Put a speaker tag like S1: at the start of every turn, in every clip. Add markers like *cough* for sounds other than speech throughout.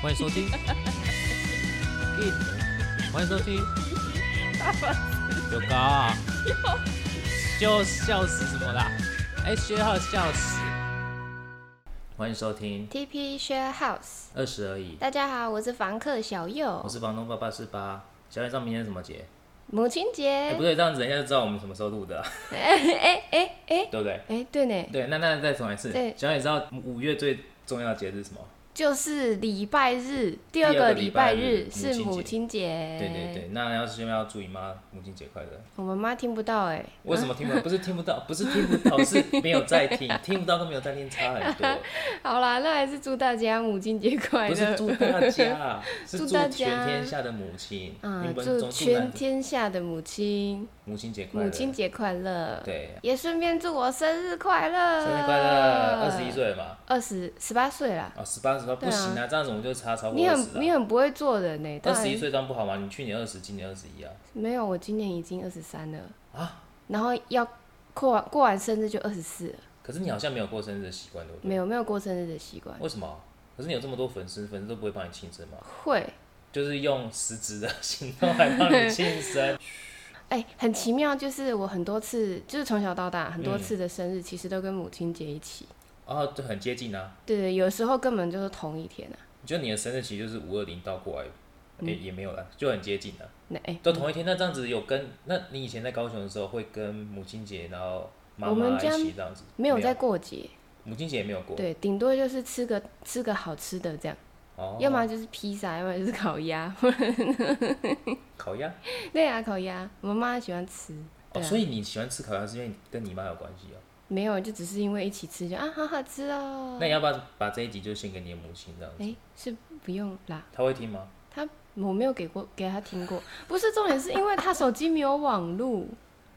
S1: 欢迎收听。欢迎收听。有高啊？就笑死什么啦？哎，薛浩笑死。欢迎收听
S2: TP Share House，
S1: 二十而已，
S2: 大家好，我是房客小
S1: 我
S2: 右。
S1: 是房东爸爸是八。小月知道明天什么节？
S2: 母亲
S1: 哎、
S2: 节
S1: 不，对，这样子人家就知道我们什么时候录的啊、
S2: 哎哎哎哎
S1: 对不对？
S2: 哎，对呢，
S1: 对，那那再重来一次
S2: 对。
S1: 小月知道五月最重要的节日是什么？
S2: 就是礼拜日，第
S1: 二
S2: 二
S1: 个
S2: 个
S1: 礼
S2: 礼
S1: 拜
S2: 拜
S1: 日
S2: 日是
S1: 母
S2: 母
S1: 亲
S2: 亲节。
S1: 对对，对，那要是要祝姨妈母亲节快乐。
S2: 我们妈听不到哎，
S1: 为什么听不到？不是听不到，不是听不到，是没有在
S2: *laughs*
S1: 听，听不到跟没有在听差很
S2: 哎
S1: 多。
S2: 好啦，那还是祝大家母亲节快
S1: 不是祝
S2: 乐。
S1: 大家，是
S2: 祝
S1: 祝
S2: 大家
S1: 全天下的母亲，你
S2: *laughs* 啊，
S1: 们
S2: 祝
S1: 总祝男
S2: 全天下的母亲
S1: 母亲节快乐，
S2: 母亲节啊快乐，
S1: 对，
S2: 也顺便祝我生日快乐，
S1: 生日快乐，二十一，岁嘛，
S2: 二十十八岁啦，
S1: 啊，十八十八
S2: 对
S1: 不
S2: 啊
S1: 行啊，这样子我们就差超过
S2: 你
S1: 二
S2: 很
S1: 十
S2: 你
S1: 了。
S2: 很不会做人呢，
S1: 二
S2: 当
S1: 十
S2: 然
S1: 一岁这样不好吗？你去年二十，今年二十一啊，
S2: 没有，我今年已经二十三了然后要过完过完生日就二十四了，
S1: 可是你好像没有过生日的习惯，对不对？
S2: 没有没有过生日的习惯，
S1: 为什么？可是你有这么多粉丝，粉丝都不会帮你庆生吗？
S2: 会
S1: 就是用实质的行动来帮你庆
S2: *laughs*
S1: 生，
S2: 哎、很奇妙，就是我很多次，就是从小到大很多次的生日，其实都跟母亲节一起，
S1: 然后就很接近啊。
S2: 对，有时候根本就是同一天啊，
S1: 就你的生日其实就是五二零倒过来，
S2: 嗯
S1: 也、也没有啦，就很接近了，
S2: 那哎、
S1: 都同一天。那这样子有跟，那你以前在高雄的时候会跟母亲节，然后妈
S2: 我
S1: 妈
S2: 们
S1: 一
S2: 家
S1: 起这样子？
S2: 没有在哦过节，
S1: 母亲节也没有过，
S2: 对，顶多就是吃个吃个好吃的这样，
S1: 哦，
S2: 要么就是披萨，要么就是烤鸭， *laughs*
S1: 烤鸭、
S2: 对啊，烤鸭，我妈喜欢吃，
S1: 哦，
S2: 对啊
S1: 所以你喜欢吃烤鸭是因为跟你妈有关系哦。
S2: 没有就只是因为一起吃就啊好好吃哦，
S1: 那你要不要把这一集就献给你的母亲这样子？
S2: 哎、是不用啦。
S1: 她会听吗？
S2: 他我没有给过给他听过，不是重点是因为他手机没有网路，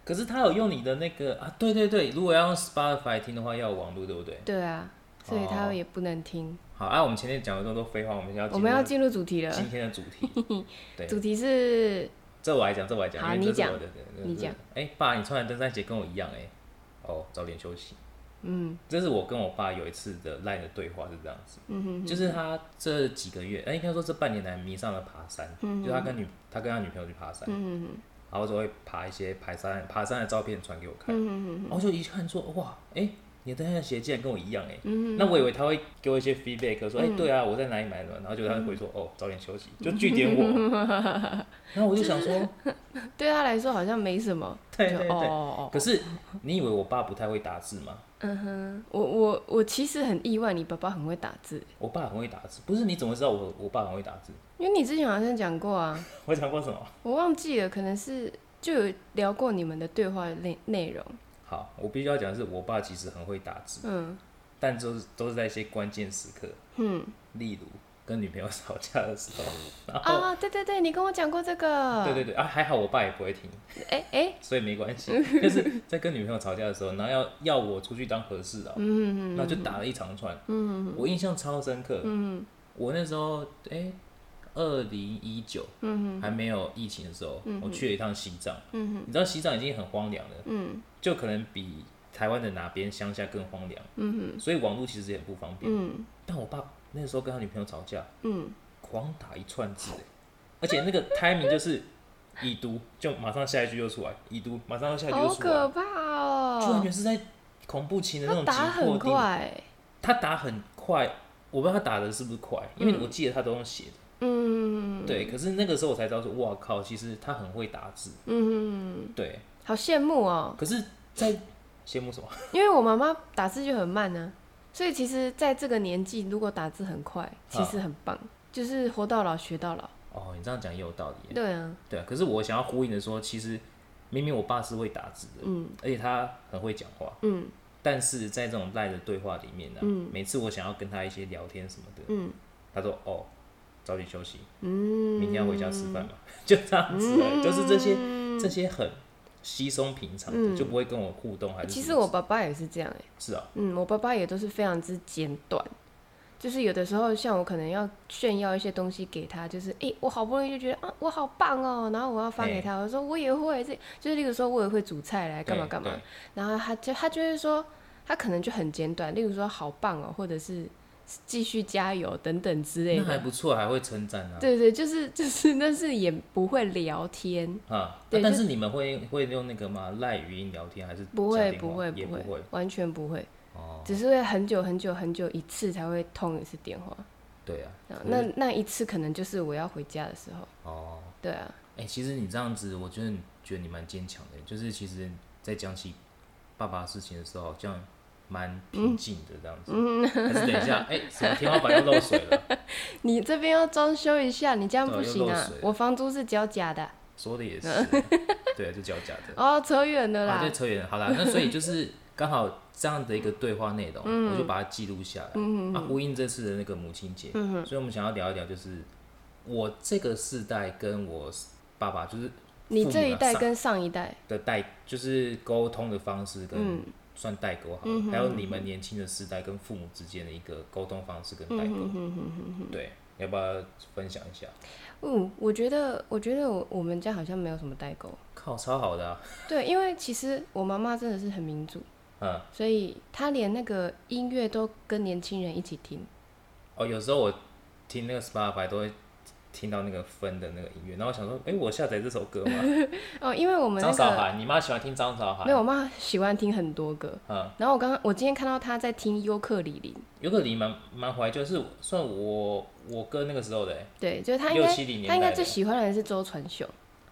S1: 可是她有用你的那个啊，对对对，如果要用 Spotify 听的话，要有网络，对不对？
S2: 对啊，所以他
S1: 哦
S2: 也不能听。
S1: 好，啊，我们前面讲了这么多废话，我们现在要
S2: 我
S1: 进入
S2: 们要进入主题了，
S1: 今天的主
S2: *laughs*
S1: 题。对，
S2: 主题是
S1: 这我来讲，这我来
S2: 好
S1: 讲，因为
S2: 你
S1: 这是
S2: 讲
S1: 我的。对对
S2: 你
S1: 对
S2: 讲
S1: 哎、爸，你穿的登山鞋跟我一样哎、哦，早点休息。
S2: 嗯
S1: 这是我跟我爸有一次的赖的对话是这样子，
S2: 嗯哼
S1: 就是他这几个月，哎、应该说这半年来迷上了爬山，
S2: 嗯
S1: 就是他跟女他跟他女朋友去爬山，
S2: 嗯哼
S1: 然后就会爬一些爬山爬山的照片传给我看，
S2: 嗯哼
S1: 然后就一看说哇，哎、你的登山鞋竟然跟我一样哎、
S2: 嗯
S1: 那我以为他会给我一些 feedback，说哎、对啊，我在哪里买的，然后就他就会说、哦，早点休息，就据点我，
S2: 嗯
S1: 然后我就想说，
S2: 哼，嗯对他来说好像没什么，
S1: 对
S2: 就
S1: 对对，
S2: 哦哦哦，
S1: 可是你以为我爸不太会打字吗？
S2: 嗯哼，我我我其实很意外，你爸爸很会打字，
S1: 我爸很会打字，不是？你怎么知道我我爸很会打字？
S2: 因为你之前好像讲过啊，
S1: 我讲过什么？
S2: 我忘记了，可能是就有聊过你们的对话内内容，
S1: 好，我必须要讲的是，我爸其实很会打字，
S2: 嗯
S1: 但都是都是在一些关键时刻，
S2: 嗯
S1: 例如跟女朋友吵架的时候。然后，
S2: 啊，对对对，你跟我讲过这个，
S1: 哦对对对啊，还好我爸也不会听，
S2: 哎哎，
S1: 所以没关系。 *laughs* 就是在跟女朋友吵架的时候，然后要要我出去当和事佬，
S2: 嗯嗯
S1: 然后就打了一长串，我印象超深刻。
S2: 嗯
S1: 我那时候哎，二零一九
S2: 嗯
S1: 还没有疫情的时候，我去了一趟西藏。
S2: 嗯
S1: 你知道西藏已经很荒凉了，
S2: 嗯
S1: 就可能比台湾的哪边乡下更荒凉，
S2: 嗯
S1: 所以网络其实也很不方便。
S2: 嗯
S1: 但我爸那时候跟他女朋友吵架，
S2: 嗯，
S1: 狂打一串字，欸而且那个 timing 就是已读，就马上下一句就出来，已读马上下一句就
S2: 好
S1: 出来
S2: 可，
S1: 就
S2: 怕
S1: 完
S2: 哦！
S1: 全是在恐怖情的那
S2: 他
S1: 种
S2: 打
S1: 急迫
S2: 很
S1: 地，
S2: 快，
S1: 他打很快。我不知道他打的是不是快，因为我记得他都用写的，
S2: 嗯
S1: 对。可是那个时候我才知道说，哇靠，其实他很会打字，
S2: 嗯，
S1: 对。
S2: 好羡慕哦，
S1: 可是，在羡慕什么？ *laughs*
S2: 因为我妈妈打字就很慢呢、所以其实在这个年纪，如果打字很
S1: 啊
S2: 快，其实很棒，就是活到老学到老。
S1: 哦，你这样讲也有道理耶。
S2: 对啊，
S1: 对啊，可是我想要呼应的说，其实明明我爸是会打字的，
S2: 嗯
S1: 而且他很会讲话，
S2: 嗯
S1: 但是在这种赖的对话里面呢、
S2: 嗯
S1: 每次我想要跟他一些聊天什么的，
S2: 嗯
S1: 他说哦，早点休息，
S2: 嗯，
S1: 明天要回家吃饭嘛， *laughs* 就这样子而已、就是这些这些很稀松平常的，
S2: 嗯
S1: 就不会跟我互动还是什么。
S2: 其实我爸爸也是这样哎、
S1: 是啊，
S2: 嗯，我爸爸也都是非常之简短，就是有的时候像我可能要炫耀一些东西给他，就是诶，我好不容易就觉得啊我好棒哦，然后我要发给他，我说我也会，这就是例如说我也会煮菜来干嘛
S1: 对
S2: 干嘛
S1: 对，
S2: 然后他就他就会说他可能就很简短，例如说好棒哦，或者是继续加油等等之类
S1: 那还啊
S2: 的。
S1: 不错，还会称赞啊。
S2: 对对，就是 *laughs* 就是，但是也不会聊天，
S1: 啊，
S2: 对
S1: 但
S2: 就是
S1: 你们会会用那个吗？赖语音聊天还是
S2: 不
S1: 讲
S2: 会
S1: 电
S2: 不
S1: 话
S2: 会
S1: 也
S2: 不
S1: 不
S2: 会
S1: 会。，
S2: 完全不会，
S1: 哦，
S2: 只是会很久很久很久一次才会通一次电话。
S1: 对啊
S2: 这样，
S1: 可
S2: 那
S1: 是
S2: 那一次可能就是我要回家的时候。
S1: 哦，
S2: 对啊，
S1: 哎、其实你这样子，我觉得觉得你蛮坚强的。就是其实，在讲起爸爸的事情的时候，好像蛮平静的这样子。
S2: 嗯
S1: 但是等一下，哎、什么天花板又漏水了？
S2: 你这边要装修一下，你这样不行
S1: 对又漏
S2: 啊
S1: 水！了
S2: 我房租是交假的啊、
S1: 说的也是，对啊，就脚假的。
S2: 嗯哦，扯远了啦。
S1: 啊，对，扯远了。好啦，那所以就是刚好这样的一个对话内容，
S2: 嗯
S1: 我就把它记录下来，啊，呼应这次的那个母亲节。
S2: 嗯
S1: 所以我们想要聊一聊，就是我这个世代跟我爸爸，就是
S2: 你
S1: 父母
S2: 这一
S1: 的
S2: 代
S1: 上
S2: 跟上一代，
S1: 的代，就是沟通的方式
S2: 嗯
S1: 跟算代沟好了，还有你们年轻的世代跟父母之间的一个沟通方式跟代沟。对，要不要分享一下？
S2: 嗯，我觉得，我觉得我我们家好像没有什么代沟。
S1: 靠，超好的、啊，
S2: 对，因为其实我妈妈真的是很民主，
S1: 嗯。
S2: 所以她连那个音乐都跟年轻人一起听。
S1: 哦，有时候我听那个 Spotify 都会听到那个分的那个音乐，然后我想说，哎、我下载这首歌吗？
S2: 哦，因为 *laughs* 我们那
S1: 张韶
S2: 个
S1: 涵，你妈喜欢听张韶涵
S2: 没有，，我妈喜欢听很多歌。
S1: 嗯，
S2: 然后我刚刚我今天看到她在听尤克里里，
S1: 尤克里里蛮蛮怀旧，是算我我哥那个时候的、欸，
S2: 对，就是她应
S1: 六
S2: 该
S1: 七零
S2: 她
S1: 年
S2: 应该
S1: 代的
S2: 最。喜欢的是周传雄。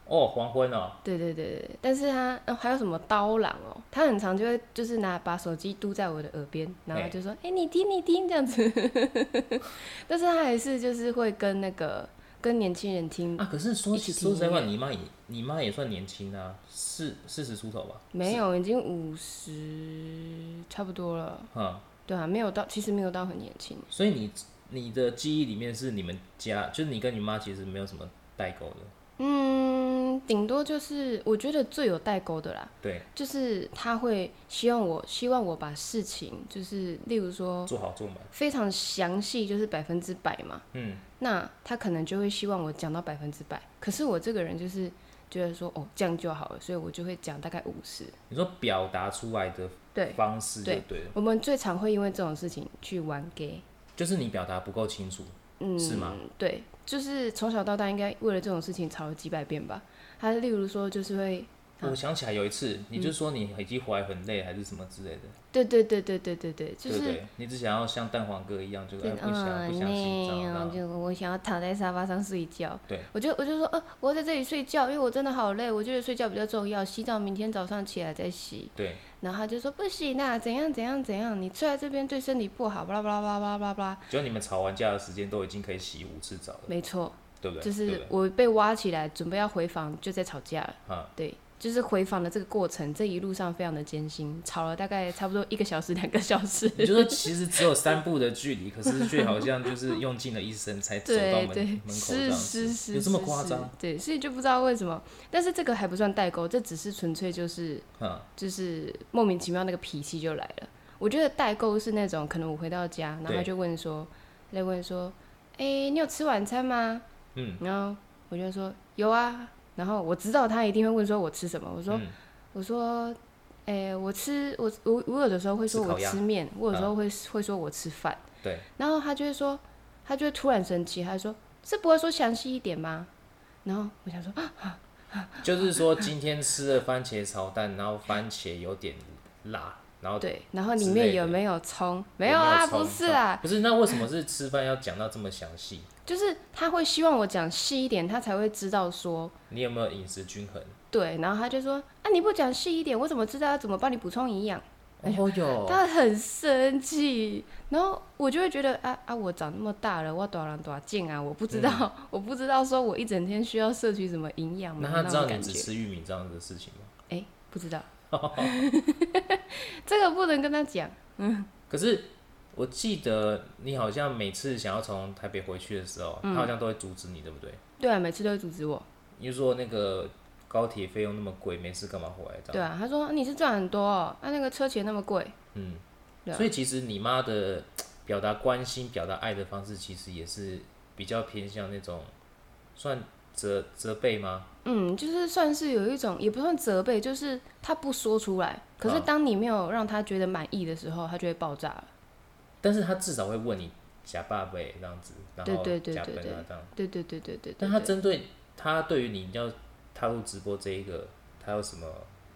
S1: 哦，黄昏哦，
S2: 对对对对，但是他、哦、还有什么刀郎哦，他很常就会就是拿把手机嘟在我的耳边，然后
S1: 哎
S2: 就说：“哎、你听你听这样子。” *laughs* 但是他还是就是会跟那个跟年轻人听，
S1: 啊，可是说
S2: 一起
S1: 起
S2: 听
S1: 说实在话，
S2: 音乐
S1: 你妈也你妈也算年轻啊，四四十出头吧？
S2: 没
S1: 有，
S2: 有已经五十差不多了，
S1: 嗯，
S2: 对啊，没有到其实没有到很年轻，
S1: 所以你你的记忆里面是你们家，就是你跟你妈其实没有什么代沟的，
S2: 嗯，顶多就是我觉得最有代沟的啦，
S1: 对，
S2: 就是他会希望我希望我把事情就是例如说
S1: 做好做满，
S2: 非常详细，就是百分之百嘛。
S1: 嗯，
S2: 那他可能就会希望我讲到百分之百，可是我这个人就是觉得说，哦，这样就好了，所以我就会讲大概五十。
S1: 你说表达出来的
S2: 对，
S1: 方式就
S2: 对
S1: 对了。
S2: 我们最常会因为这种事情去玩 gay，
S1: 就是你表达不够清楚，
S2: 嗯，
S1: 是吗？
S2: 对，就是从小到大应该为了这种事情吵了几百遍吧。他例如说就是会，
S1: 我想起来有一次，你就说你已经回来很累，还是什么之类的，
S2: 对对对对对对对，嗯就
S1: 对不
S2: 是。
S1: 对？你只想要像蛋黄哥一样，就是
S2: 就
S1: 哎
S2: 是
S1: 不想
S2: 嗯，
S1: 不想
S2: 那
S1: 紧张
S2: 样，
S1: 啊。
S2: 就我想要躺在沙发上睡觉。
S1: 对，
S2: 我就我就说，呃，我要在这里睡觉，因为我真的好累，我觉得睡觉比较重要。洗澡明天早上起来再洗。
S1: 对，
S2: 然后他就说不行啊，怎样怎样怎样，你睡在这边对身体不好，巴拉巴拉巴拉巴拉巴拉巴拉。
S1: 就你们吵完架的时间都已经可以洗五次澡了，
S2: 没错，
S1: 对不对？
S2: 就
S1: 对
S2: 是
S1: 不对
S2: 我被挖起来，准备要回房，就在吵架了。
S1: 啊，
S2: 对，就是回房的这个过程，这一路上非常的艰辛，吵了大概差不多一个小时、两个小时。
S1: 你就说其实只有三步的距离，可是却好像就是用尽了一生才走到
S2: 对
S1: 门
S2: 对
S1: 门，口这
S2: 是
S1: 样
S2: 是
S1: 子，
S2: 是，
S1: 有这么
S2: 是
S1: 夸？
S2: 是
S1: 张？
S2: 对，所以就不知道为什么，但是这个还不算代沟，这只是纯粹就是
S1: 嗯，
S2: 就是莫名其妙那个脾气就来了。我觉得代购是那种，可能我回到家，然后他
S1: 对
S2: 就问说，来问说，哎、你有吃晚餐吗？
S1: 嗯，
S2: 然后我就说有啊，然后我知道他一定会问说我吃什么，我说、
S1: 嗯
S2: 我说，哎、我吃我我我有的时候会说
S1: 吃
S2: 我
S1: 烤鸭嗯
S2: 吃面，我有时候会、会说我吃饭，
S1: 对，
S2: 然后他就会说，他就会突然生气，他就说是不会说详细一点吗？然后我想说，啊
S1: 就是说今天吃了番茄炒蛋，然后番茄有点辣，然后
S2: 对，然后里
S1: 哦之类
S2: 面
S1: 的
S2: 有没有葱？没有啊，
S1: 葱
S2: 不是啊，
S1: 不是，那为什么是吃饭要讲到这么详细？
S2: 就是他会希望我讲细一点，他才会知道说
S1: 你有没有饮食均衡？
S2: 对，然后他就说啊你不讲细一点，我怎么知道要怎么帮你补充营养？
S1: 哦哟，
S2: 他很生气，然后我就会觉得啊啊我长那么大了，我多人多见啊，我不知道、
S1: 嗯
S2: *laughs* 我不知道说我一整天需要摄取什么营养嘛
S1: 那他知
S2: 种
S1: 道你
S2: 感
S1: 只
S2: 觉，
S1: 吃玉米这样的事情吗？
S2: 哎、不知道， *laughs* 这个不能跟他讲，
S1: 可是我记得你好像每次想要从台北回去的时候，
S2: 嗯
S1: 他好像都会阻止你，对不对？
S2: 对啊，每次都会阻止我，
S1: 你就说那个高铁费用那么贵，没事干嘛回来这
S2: 对
S1: 样？
S2: 啊，他说、啊你是赚很多、哦，啊那个车钱那么贵，
S1: 嗯
S2: 对，啊
S1: 所以其实你妈的表达关心、表达爱的方式，其实也是比较偏向那种算责责备吗？
S2: 嗯，就是算是有一种，也不算责备，就是他不说出来，可是
S1: 啊
S2: 当你没有让他觉得满意的时候，他就会爆炸了。
S1: 但是他至少会问你假爸爸这样子，然
S2: 对
S1: 后
S2: 对对
S1: 假
S2: 对
S1: 本
S2: 对
S1: 啊这样。
S2: 对对对对对对。
S1: 但他
S2: 对
S1: 针对他对于你要踏入直播这一个，他有什么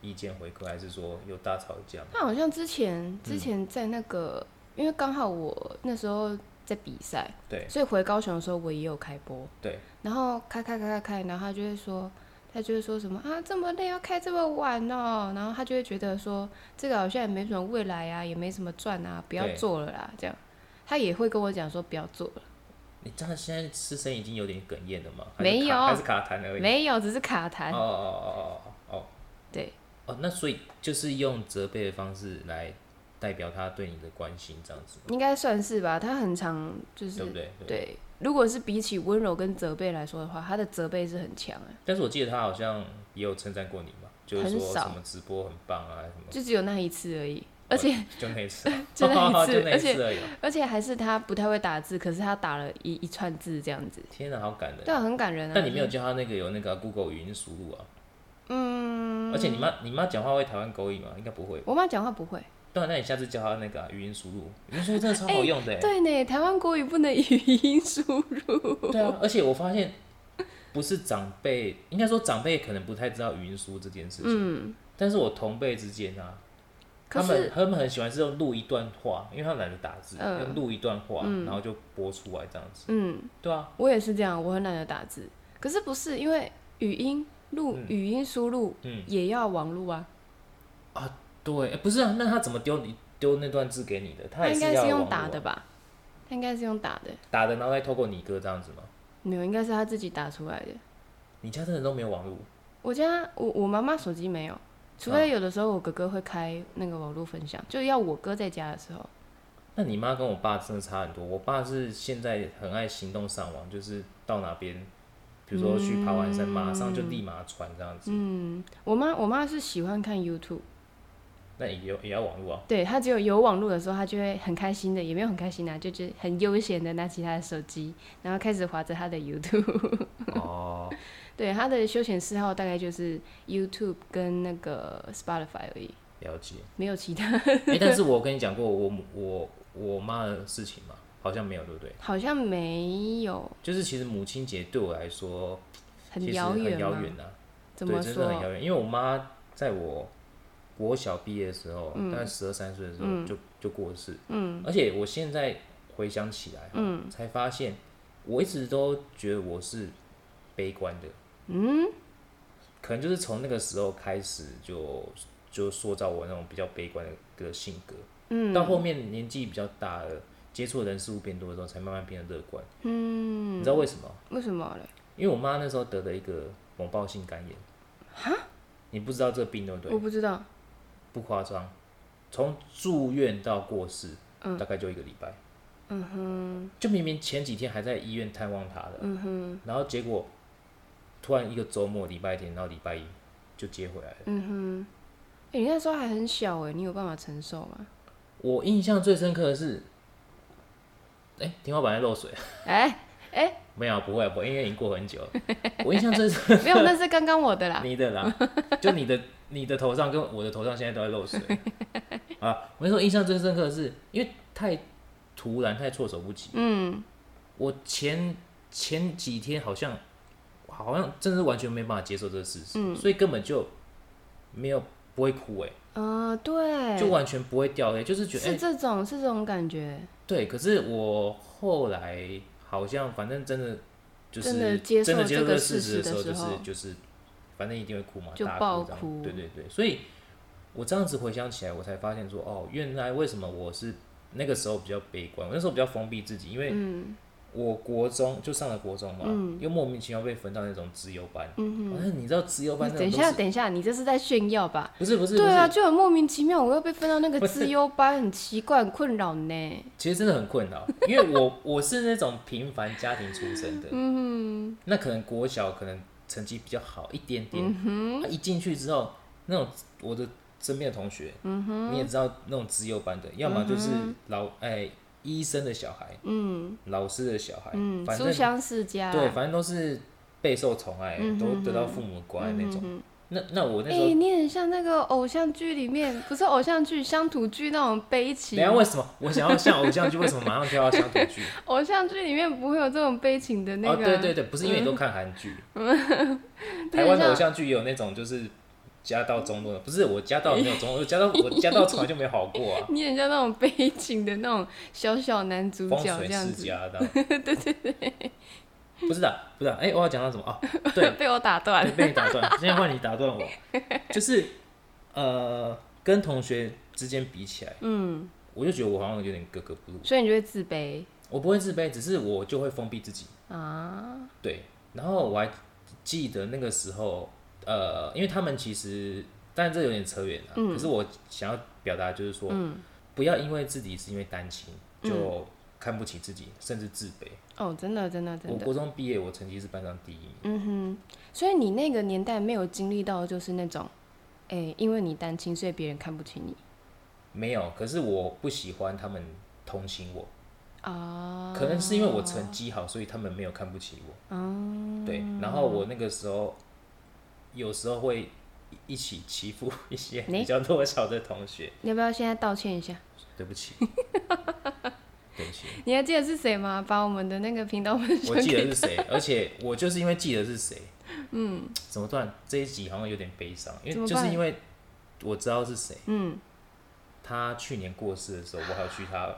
S1: 意见回馈，还是说有大吵一架吗？
S2: 他好像之前之前在那个，因为刚好我那时候在比赛，
S1: 对
S2: 所以回高雄的时候我也有开播，
S1: 对，
S2: 然后开开开开开，然后他就会说，他就会说什么啊这么累要开这么晚哦，然后他就会觉得说这个好像也没什么未来啊，也没什么赚啊，不要
S1: 对
S2: 做了啦，这样，他也会跟我讲说不要做了。
S1: 你这样现在师生已经有点哽咽了吗？还是
S2: 没
S1: 卡
S2: 有
S1: 还是卡痰而已。
S2: 没有，只是卡痰。
S1: 哦哦哦哦哦
S2: 对，
S1: 哦，那所以就是用责备的方式来代表他对你的关心，这样子，
S2: 应该算是吧。他很常就是
S1: 对不对？。
S2: 对如果是比起温柔跟责备来说的话，他的责备是很强啊，
S1: 但是我记得他好像也有称赞过你嘛，就是
S2: 很
S1: 说
S2: 少
S1: 什么直播很棒啊，什么
S2: 就只有那一次而已。而且
S1: 就那一次啊，
S2: *laughs* 就那一次
S1: *laughs* 就那一
S2: 而且
S1: 次而已啊。
S2: 而且还是他不太会打字，可是他打了一一串字这样子，
S1: 天哪，好感人。
S2: 对啊，很感人啊。
S1: 但你没有教他那个有那个 Google 语音输入啊。嗯。而且你妈你妈讲话会台湾口语吗？应该不会。
S2: 我妈讲话不会。
S1: 对啊，那你下次教他那个啊、语音输入，语音输入真的
S2: 哎
S1: 超好用的、欸。
S2: 对呢，台湾国语不能语音输入。 *laughs*
S1: 对啊，而且我发现，不是长辈，应该说长辈可能不太知道语音书这件事情。嗯。但是我同辈之间啊，
S2: 可
S1: 他们
S2: 是
S1: 他们很喜欢是用录一段话，因为他懒得打字，
S2: 嗯
S1: 要录一段话，然后就播出来这样子。
S2: 嗯，
S1: 对啊，
S2: 我也是这样，我很懒得打字。可是不是因为语音录、
S1: 嗯
S2: 语音输入
S1: 嗯
S2: 也要网路啊？
S1: 对，欸不是啊，那他怎么丢你丢那段字给你的？他也
S2: 应该
S1: 要网
S2: 是
S1: 络
S2: 用
S1: 啊
S2: 打的，吧？他应该是用打的，
S1: 打的，然后再透过你哥这样子吗？
S2: 没有，应该是他自己打出来的。
S1: 你家真的都没有网络？
S2: 我家我我妈妈手机没有，除非有的时候我哥哥会开那个网络分享，就要我哥在家的时候。
S1: 那你妈跟我爸真的差很多。我爸是现在很爱行动上网，就是到哪边，比如说去爬完山，马上就立马传这样子。
S2: 嗯，我妈我妈是喜欢看 YouTube，
S1: 那也有也要网络啊。
S2: 对她只有有网络的时候，她就会很开心的，也没有很开心啊，就是很悠闲的拿起她的手机，然后开始划着她的 YouTube。 *laughs*
S1: 哦，
S2: 对，她的休闲嗜好大概就是 YouTube 跟那个 Spotify 而已，
S1: *laughs* 了解。
S2: 没有其他， *laughs*
S1: 哎、但是我跟你讲过我母我我妈的事情嘛，好像没有，对不对？
S2: 好像没有
S1: 就是其实母亲节对我来说，其
S2: 很
S1: 实
S2: 遥
S1: 很
S2: 远
S1: 遥
S2: 吗？
S1: 远啊。
S2: 怎
S1: 对，
S2: 么
S1: 真的很
S2: 说？
S1: 遥远。因为我妈在我国小毕业的时候，大概十二三岁的时候就、就过世。嗯，而且我现在回想起来，嗯，才发现我一直都觉得我是悲观的。嗯，可能就是从那个时候开始就就塑造我那种比较悲观的的性格。嗯，到后面年纪比较大了，接触的人事物变多的时候，才慢慢变得乐观。嗯，你知道为什么？
S2: 为什么嘞？
S1: 因为我妈那时候得了一个猛暴性肝炎。你不知道这病对不
S2: 我
S1: 对？
S2: 不知道。
S1: 不夸张，从住院到过世，大概就一个礼拜。嗯哼。就明明前几天还在医院探望她的，嗯哼。然后结果突然一个周末，礼拜天，然后礼拜一就接回来了。
S2: 欸你那时候还很小哎、你有办法承受吗？
S1: 我印象最深刻的是，哎、天花板在漏水。
S2: 哎、
S1: 没有，不会，不会，因为已经过很 *laughs* 久了。我印象最深
S2: *laughs* 没有，那是刚刚我的啦。
S1: *laughs* 你的啦，就你的你的头上跟我的头上现在都在漏水啊！我跟你说，印象最深刻的是，因为太突然，太措手不及。嗯，我前前几天好像好像真的是完全没办法接受这个事实，所以根本就没有不会哭哎、
S2: 啊、对，
S1: 就完全不会掉泪、就是觉得哎、
S2: 是这种是这种感觉，
S1: 对。可是我后来好像反正真的就是
S2: 真的接受
S1: 真的接受
S2: 这个
S1: 这个事
S2: 事
S1: 实
S2: 实
S1: 的时候，
S2: 的时
S1: 就是
S2: 候
S1: 就是反正一定会哭嘛，
S2: 就
S1: 大
S2: 爆
S1: 这样
S2: 哭
S1: 对对对，所以我这样子回想起来，我才发现说，哦，原来为什么我是那个时候比较悲观，我那时候比较封闭自己，因
S2: 嗯
S1: 为我国中就上了国中嘛，又莫名其妙被分到那种资优班，嗯嗯，你知道资优班那种
S2: 等一
S1: 都
S2: 下，
S1: 是
S2: 等一下，你这是在炫耀吧？
S1: 不是不是不
S2: 对啊，
S1: 是，
S2: 就很莫名其妙，我又被分到那
S1: 不
S2: 个
S1: 是哎
S2: 资优班，很奇怪，很困扰呢。
S1: 其实真的很困扰， *laughs* 因为我我是那种平凡家庭出身的，嗯，那可能国小可能成绩比较好一点点，啊一进去之后，那种我的身边的同学，嗯哼，你也知道那种资优班的，要么就是老哎、医生的小孩，嗯，老师的小孩，嗯
S2: 嗯，
S1: 反
S2: 书
S1: 正
S2: 香世家，
S1: 对，反正都是备受宠爱，都得到父母的关爱那种。那那我那
S2: 哎、
S1: 时候，
S2: 你很像那个偶像剧里面，不是偶像剧，乡土剧那种悲情
S1: 等一。下为什么我想要像偶像剧，为什么马上跳到乡土剧？
S2: 偶像剧里面不会有这种悲情的那
S1: 哦，
S2: 个、
S1: 对对对，不是因为你都看韩
S2: *laughs*
S1: 剧，台
S2: 有
S1: 湾的
S2: 像，
S1: 偶像剧也有那种就是家道中落的，不是我家道没有中落，我家道我家道从来就没好过啊
S2: 你很像那种悲情的那种小小男 *laughs* 主
S1: 风
S2: 角
S1: 水
S2: 这样
S1: 世
S2: 子，
S1: 家的，对
S2: *laughs*
S1: 对对， *laughs* 不是的，不是的，哎、我要讲到什么啊？对，
S2: 被我打断
S1: 对。被你打断，现在换你打断
S2: *laughs*
S1: 我，就是呃，跟同学之间比起来，嗯，我就觉得我好像有点格格不入，
S2: 所以你就会自卑
S1: 我不会自卑，只是我就会封闭自己，
S2: 啊？
S1: 对，然后我还记得那个时候，呃，因为他们其实，但这有点扯远了、
S2: 嗯
S1: 可是我想要表达就是说，不要因为自己是因为担心
S2: 嗯
S1: 就看不起自己，甚至自卑。
S2: 哦，真的，真的，真
S1: 我
S2: 的。
S1: 国中毕业，我成绩是班上第一名。
S2: 嗯哼，所以你那个年代没有经历到就是那种，哎、因为你单亲，所以别人看不起你
S1: 没有，可是我不喜欢他们同情我，
S2: 啊？
S1: 可能是因为我成绩好，所以他们没有看不起我。
S2: 哦
S1: 对，然后我那个时候有时候会一起欺负一些
S2: 你
S1: 比较弱小的同学。
S2: 你要不要现在道歉一下？
S1: 对不
S2: *laughs*
S1: 起，对不起，
S2: 你还记得是谁吗？把我们的那个频道分享
S1: 我记得
S2: 给
S1: 是谁，而且我就是因为记得是谁，嗯，怎么突然这一集好像有点悲伤，因
S2: 怎
S1: 为
S2: 么
S1: 就
S2: 办
S1: 是因为我知道是谁，
S2: 嗯，
S1: 他去年过世的时候，我还要去他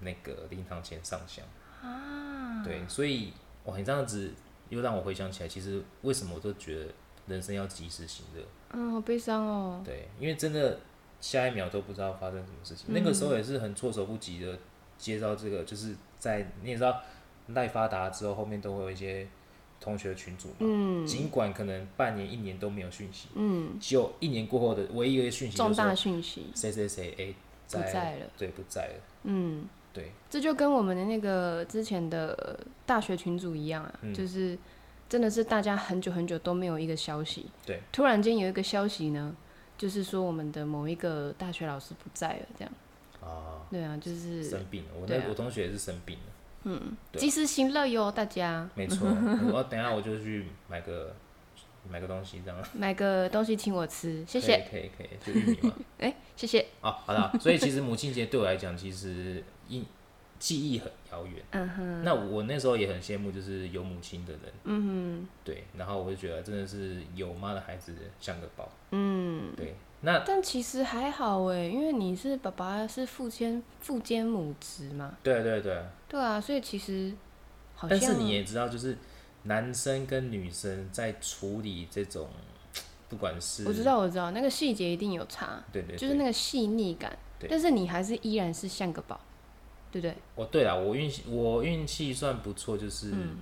S1: 那个灵堂前上香，
S2: 啊，
S1: 对，所以哇，你这样子又让我回想起来，其实为什么我都觉得人生要及时行乐，
S2: 嗯，好悲伤哦。
S1: 对，因为真的下一秒都不知道发生什么事情。那个时
S2: 嗯
S1: 候也是很措手不及的接到这个，就是在你也知道赖发达之后，后面都会有一些同学群组嘛。
S2: 嗯
S1: 尽管可能半年、一年都没有讯息，
S2: 嗯，
S1: 只有一年过后的唯一一个讯息就
S2: 重
S1: 是
S2: 大
S1: 说
S2: 讯息，
S1: 谁谁谁哎
S2: 不在了
S1: 对，不在了，
S2: 嗯。
S1: 对，
S2: 这就跟我们的那个之前的大学群组一样啊，
S1: 嗯
S2: 就是真的是大家很久很久都没有一个消息，
S1: 对，
S2: 突然间有一个消息呢，就是说我们的某一个大学老师不在了，这样，
S1: 啊，
S2: 对啊，就是
S1: 生病了。我那、
S2: 对啊
S1: 我同学也是生病了，对
S2: 及时行乐哟，大家 *laughs*
S1: 没错。我要等一下我就去买个买个东西，这样
S2: 买个东西请我吃，谢谢，
S1: 可以可以可以，就玉米嘛。
S2: 哎，谢谢，
S1: 哦，好的。所以其实母亲节对我来讲，其实印记忆很遥远。
S2: 嗯哼，
S1: 那我那时候也很羡慕，就是有母亲的人。嗯哼。对，然后我就觉得真的是有妈的孩子像个宝。嗯。对，那
S2: 但其实还好哎，因为你是爸爸是父兼父兼母职嘛，
S1: 对对对，
S2: 对啊，所以其实好像
S1: 但是你也知道，就是男生跟女生在处理这种，不管是
S2: 我知，道我知道那个细节一定有差，
S1: 对对对，
S2: 就是那个细腻感，
S1: 对
S2: 但是你还是依然是像个宝，对不对？
S1: 哦，对了，我运气我运气算不错，就是、
S2: 嗯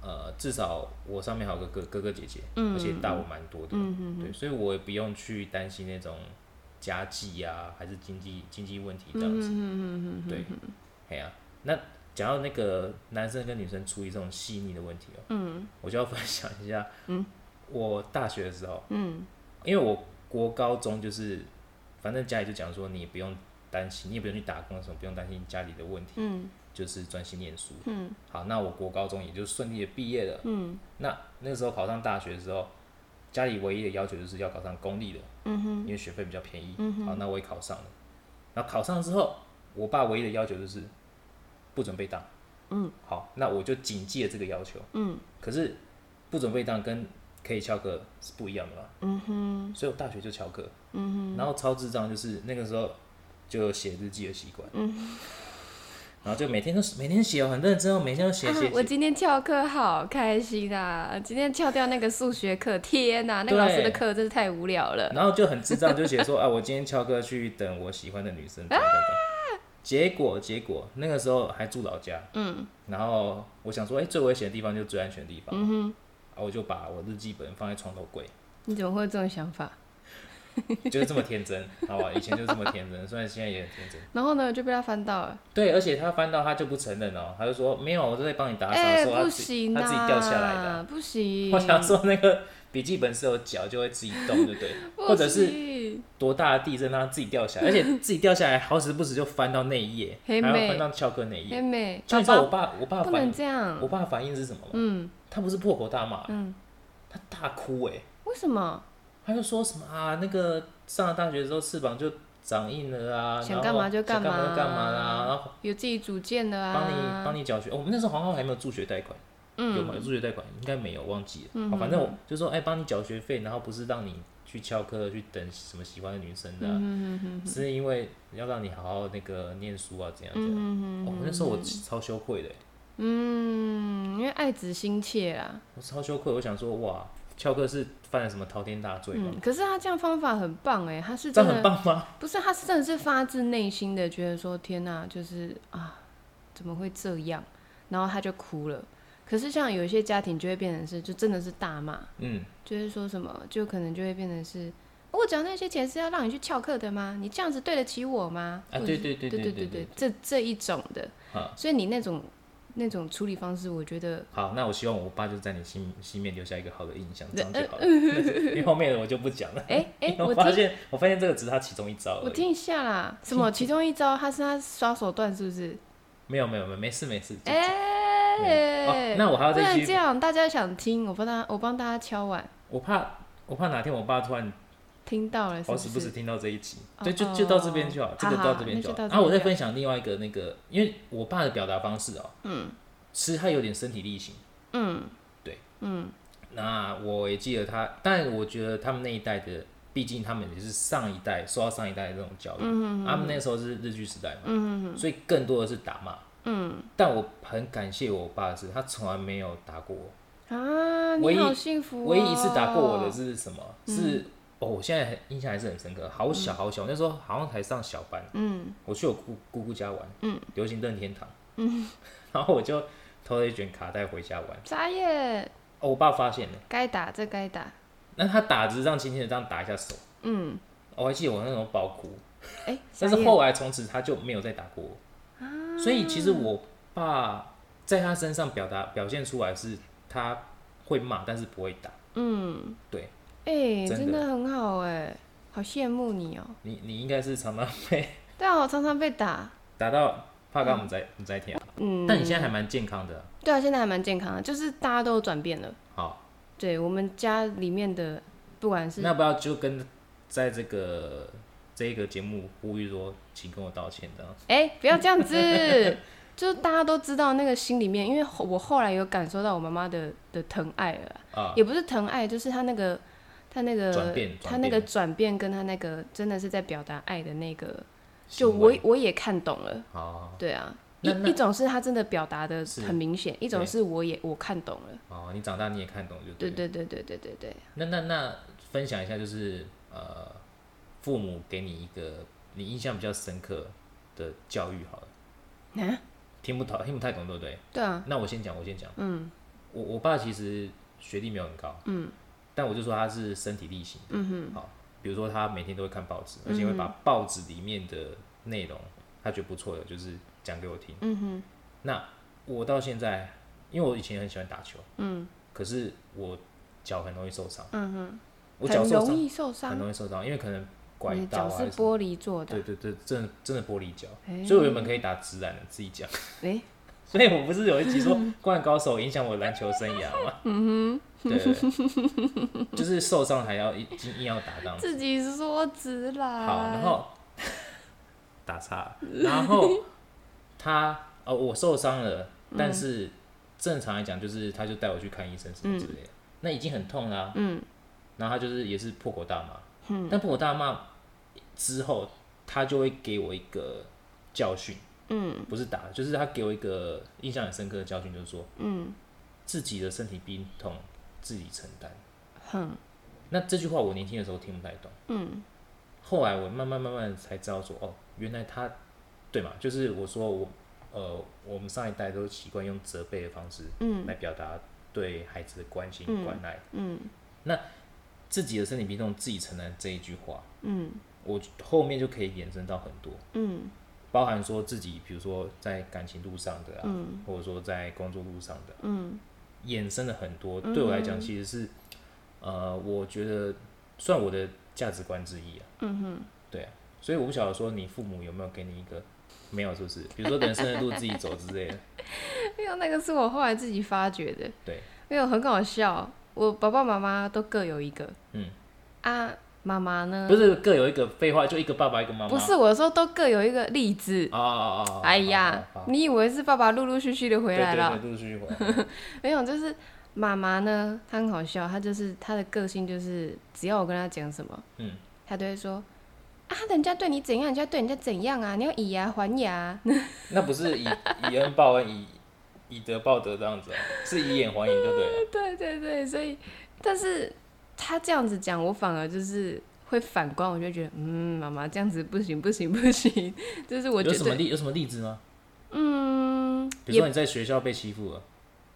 S1: 呃，至少我上面还有个哥哥哥姐姐，
S2: 嗯
S1: 而且大我蛮多的，对，所以我也不用去担心那种家计啊，还是经济经济问题这样子，对，哎呀、那讲到那个男生跟女生处理这种细腻的问题哦、嗯，我就要分享一下，嗯我大学的时候，嗯，因为我国高中就是，反正家里就讲说你也不用担心，你也不用去打工什么，不用担心家里的问题，
S2: 嗯，
S1: 就是专心念书。嗯，好，那我国高中也就顺利的毕业了。嗯，那那时候考上大学的时候，家里唯一的要求就是要考上公立的。嗯哼，因为学费比较便宜。嗯好，那我也考上了。然后考上之后，我爸唯一的要求就是不准备当。嗯，好，那我就谨记了这个要求。嗯，可是不准备当跟可以翘课是不一样的嘛。嗯哼，所以我大学就翘课。嗯哼，然后超智障就是那个时候就有写日记的习惯。嗯。然后就每天都每天写哦，很认真哦，每天都写
S2: *laughs*
S1: 写
S2: 啊，我
S1: 写。
S2: 今天翘课好开心啊！今天翘掉那个数学课，天哪，那个老师的课真是太无聊了。
S1: 然后就很智障，就写说啊，我今天翘课去等我喜欢的女生。等等等。结果结果那个时候还住老家，嗯，然后我想说，哎、最危险的地方就是最安全的地方，嗯哼，啊，我就把我日记本放在床头柜，
S2: 你怎么会有这种想法？
S1: 就是这么天真，好吧？以前就是这么天真，虽然现在也很天真。
S2: 然后呢，就被他翻到了。
S1: 对，而且他翻到他就不承认哦，他就说没有，我都在帮你打扫，
S2: 哎、
S1: 说他
S2: 不
S1: 自己
S2: 行啊，
S1: 他自己掉下来的啊。 *laughs*
S2: 不行。
S1: 我想说那个笔记本是有脚就会自己动，对不对？
S2: *laughs* 不行，
S1: 或者是多大的地震让它自己掉下来，而且 *laughs* 自己掉下来好死不死就翻到那一
S2: *laughs*
S1: 页，还
S2: 嘿
S1: 要
S2: 妹
S1: 翻到翘课那一
S2: 妹
S1: 页。
S2: 妹，
S1: 就
S2: 爸
S1: 你知道
S2: 爸
S1: 我爸我爸
S2: 不
S1: 反
S2: 能
S1: 应，
S2: 这样
S1: 我。爸反应是什么吗？
S2: 嗯
S1: 他不是破口大骂，
S2: 嗯，
S1: 他大哭哎、
S2: 为什么？
S1: 他就说什么啊，那个上了大学之后翅膀就长硬了啊，
S2: 想干嘛就
S1: 干
S2: 干嘛啊
S1: 嘛就干嘛啦，然后
S2: 有自己主见的啊，
S1: 帮你帮你缴学。哦我们那时候好像还没有助学贷款，
S2: 嗯
S1: 有吗？有助学贷款应该没有，忘记了。哦反正我就说，哎，帮你缴学费，然后不是让你去翘课去等什么喜欢的女
S2: 嗯
S1: 生的啊、是因为要让你好好那个念书啊，怎样怎样。哦，那时候我超羞愧的，
S2: 嗯，因为爱子心切啊啦，
S1: 我超羞愧，我想说哇，翘课是犯了什么滔天大罪吗？
S2: 嗯，可是他这样方法很棒哎，他是
S1: 哦这
S2: 真
S1: 样很
S2: 的
S1: 棒吗？
S2: 不是，他是真的是发自内心的觉得说天哪、就是啊，怎么会这样？然后他就哭了。可是像有一些家庭就会变成是，就真的是大骂，
S1: 嗯，
S2: 就是说什么，就可能就会变成是，我缴那些钱是要让你去翘课的吗？你这样子对得起我吗？
S1: 啊，
S2: 或者
S1: 对
S2: 是
S1: 对对
S2: 对
S1: 对
S2: 对
S1: 对。
S2: 这这一种的
S1: 啊，
S2: 所以你那种那种处理方式，我觉得
S1: 好，那我希望我爸就在你心心面留下一个好的印象，这样就好了。
S2: *laughs*
S1: 因为后面的我就不讲了。
S2: 哎哎
S1: 因，为 *laughs*
S2: 我
S1: 我发
S2: 听
S1: 现，我发现这个只是他其中一招
S2: 我
S1: 而已。
S2: 听一下
S1: *laughs*
S2: 啦，什么？其中一招他是他耍手段，是不是？
S1: 没有没有没有，没事没事。就
S2: 哎
S1: 哦，那我还要
S2: 不
S1: 再
S2: 然
S1: 继
S2: 这
S1: 续，
S2: 样大家想听，我帮大我帮大家敲碗，
S1: 我怕我怕哪天我爸突然
S2: 听到了是
S1: 好
S2: 不
S1: 死不死
S2: 是？
S1: 听到这一集，
S2: 哦
S1: 对，就就到这边就好
S2: 哦，
S1: 这个
S2: 好
S1: 到
S2: 好
S1: 这边
S2: 那
S1: 就
S2: 就
S1: 好。
S2: 到
S1: 然后我
S2: 这
S1: 再
S2: 边
S1: 分享另外一个那个，因为我爸的表达方式哦，嗯，其实他有点身体力行，
S2: 嗯，
S1: 对，嗯，那我也记得他，但我觉得他们那一代的，毕竟他们也是上一代受到上一代的这种教育，嗯他们那时候是日剧时代嘛，嗯所以更多的是打骂，嗯，但我很感谢我爸的是，他从来没有打过我，
S2: 啊，
S1: 唯
S2: 你
S1: 一
S2: 好幸福哦。
S1: 唯一一次打过我的是什么？
S2: 嗯
S1: 是哦，我现在很印象还是很深刻，好小好小，那时候好像才上小班，
S2: 嗯
S1: 我去我姑姑姑家玩，嗯，流行任天堂，嗯， *laughs* 然后我就偷了一卷卡带回家玩，
S2: 眨眼，
S1: 哦，我爸发现了，
S2: 该打这该打，
S1: 那他打只是这样轻轻的这样打一下手，
S2: 嗯，
S1: 哦我还记得我那时候爆哭，
S2: 哎，
S1: 但
S2: 眨
S1: 是
S2: 眼
S1: 后来从此他就没有再打过我，所以其实我爸在他身上表达表现出来是他会骂，但是不会打，嗯，对
S2: 哎，
S1: 真的
S2: 真的很好哎，好羡慕你哦。
S1: 你你应该是常常被。 *laughs*
S2: 对啊，我常常被打，
S1: 打到怕刚我们在我们在听，啊
S2: 嗯，
S1: 但你现在还蛮健康的，
S2: 对啊，现在还蛮健康的，就是大家都有转变了。
S1: 好，
S2: 对我们家里面的，不管是
S1: 那要不要就跟在这个这一个节目呼吁说，请跟我道歉这样。
S2: 哎、不要这样子， *laughs* 就是大家都知道那个心里面，因为后我后来有感受到我妈妈的的疼爱了啦，
S1: 啊，
S2: 也不是疼爱，就是她那个她那
S1: 转
S2: 个
S1: 变
S2: 她
S1: 转
S2: 那
S1: 变
S2: 个转变跟她那个真的是在表达爱的那个，就
S1: 行
S2: 我
S1: 为
S2: 我也看懂了，
S1: 好
S2: 对啊。一
S1: 那那
S2: 一种是她真的表达的
S1: 是
S2: 很明显，一种
S1: 对
S2: 是我也我看懂了，
S1: 哦，你长大你也看懂就
S2: 对
S1: 了
S2: 对对对对对对，
S1: 那那那分享一下，就是呃，父母给你一个你印象比较深刻的教育好了，
S2: 啊，
S1: 听不懂听不太懂对不对？
S2: 对啊，
S1: 那我先讲，我先讲。嗯，我我爸其实学历没有很高，嗯，但我就说他是身体力行的，嗯哼，好，比如说他每天都会看报
S2: 嗯
S1: 纸，而且会把报纸里面的内容他觉得不错的，就是讲给我听，嗯哼。那我到现在，因为我以前很喜欢打球，嗯，可是我脚很容易受伤，嗯哼，我脚
S2: 很
S1: 受
S2: 容
S1: 伤
S2: 易受
S1: 很
S2: 伤，
S1: 容易受伤，因为可能拐
S2: 你的
S1: 到
S2: 脚
S1: 啊
S2: 是
S1: 还是什么，
S2: 玻璃做的
S1: 对，对对，真的真的玻璃脚，
S2: 哎
S1: 所以我原本可以打直男的，自己讲。
S2: 哎、
S1: 所以我不是有一集 *laughs* 说《灌篮高手》影响我篮球生涯吗？嗯哼，对对，对就是受伤还要硬硬要打这样子。
S2: 自己说直啦，
S1: 好，然后 *laughs* 打岔了，然后他哦，我受伤了，但是正常来讲就是他就带我去看医生什么之类的，那已经很痛啦、嗯，然后他就是也是破口大骂，嗯，但破口大骂之后，他就会给我一个教训，嗯，不是打，就是他给我一个印象很深刻的教训，就是说，嗯，自己的身体病痛自己承担。
S2: 哼，
S1: 那这句话我年轻的时候听不太懂，嗯，后来我慢慢慢慢才知道说，哦，原来他，对嘛，就是我说我，呃，我们上一代都习惯用责备的方式，嗯，来表达对孩子的关心、关爱，嗯，那自己的身体病痛自己承担这一句话，嗯，我后面就可以延伸到很多，嗯。
S2: *laughs*
S1: 包含说自己，比如说在感情路上的啊，或者说在工作路上的、嗯，衍生了很多。对我来讲，其实是呃，我觉得算我的价值观之一啊。嗯哼，对啊，所以我不晓得说你父母有没有给你一个没有，是不是？比如说人生的路自己走之类的。
S2: 没有，那个是我后来自己发掘的。
S1: 对，
S2: 没有，很搞笑。我爸爸妈妈都各有一个，
S1: 嗯，
S2: 啊，妈妈呢？
S1: 不是各有一个废话，就一个爸爸一个妈妈。
S2: 不是，我说都各有一个例子。
S1: 哦哦哦哦。
S2: 哎呀
S1: 好好好，
S2: 你以为是爸爸陆陆续续的回来
S1: 对
S2: 了？
S1: 对对，陆续回来。
S2: 没有，就是妈妈呢，她很好笑，她就是她的个性就是，只要我跟她讲什么，
S1: 嗯，
S2: 她都会说啊，人家对你怎样，人家对人家怎样啊，你要以牙还牙 *laughs* 啊。
S1: 那不是以以恩报恩，以以德报德这样子、哦，是以眼还眼就对了。
S2: 对对对，所以，但是他这样子讲，我反而就是会反观，我就觉得，嗯，妈妈这样子不行不行不行，就是我觉
S1: 有什么
S2: 得，
S1: 例有什么例子吗？
S2: 嗯，
S1: 比如
S2: 也
S1: 说你在学校被欺负了，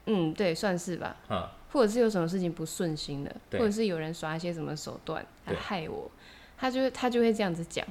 S2: 嗯，对，算是吧，
S1: 哈，
S2: 或者是有什么事情不顺心的，或
S1: 对
S2: 者是有人耍一些什么手段来
S1: 对
S2: 害我，他就会他就会这样子讲。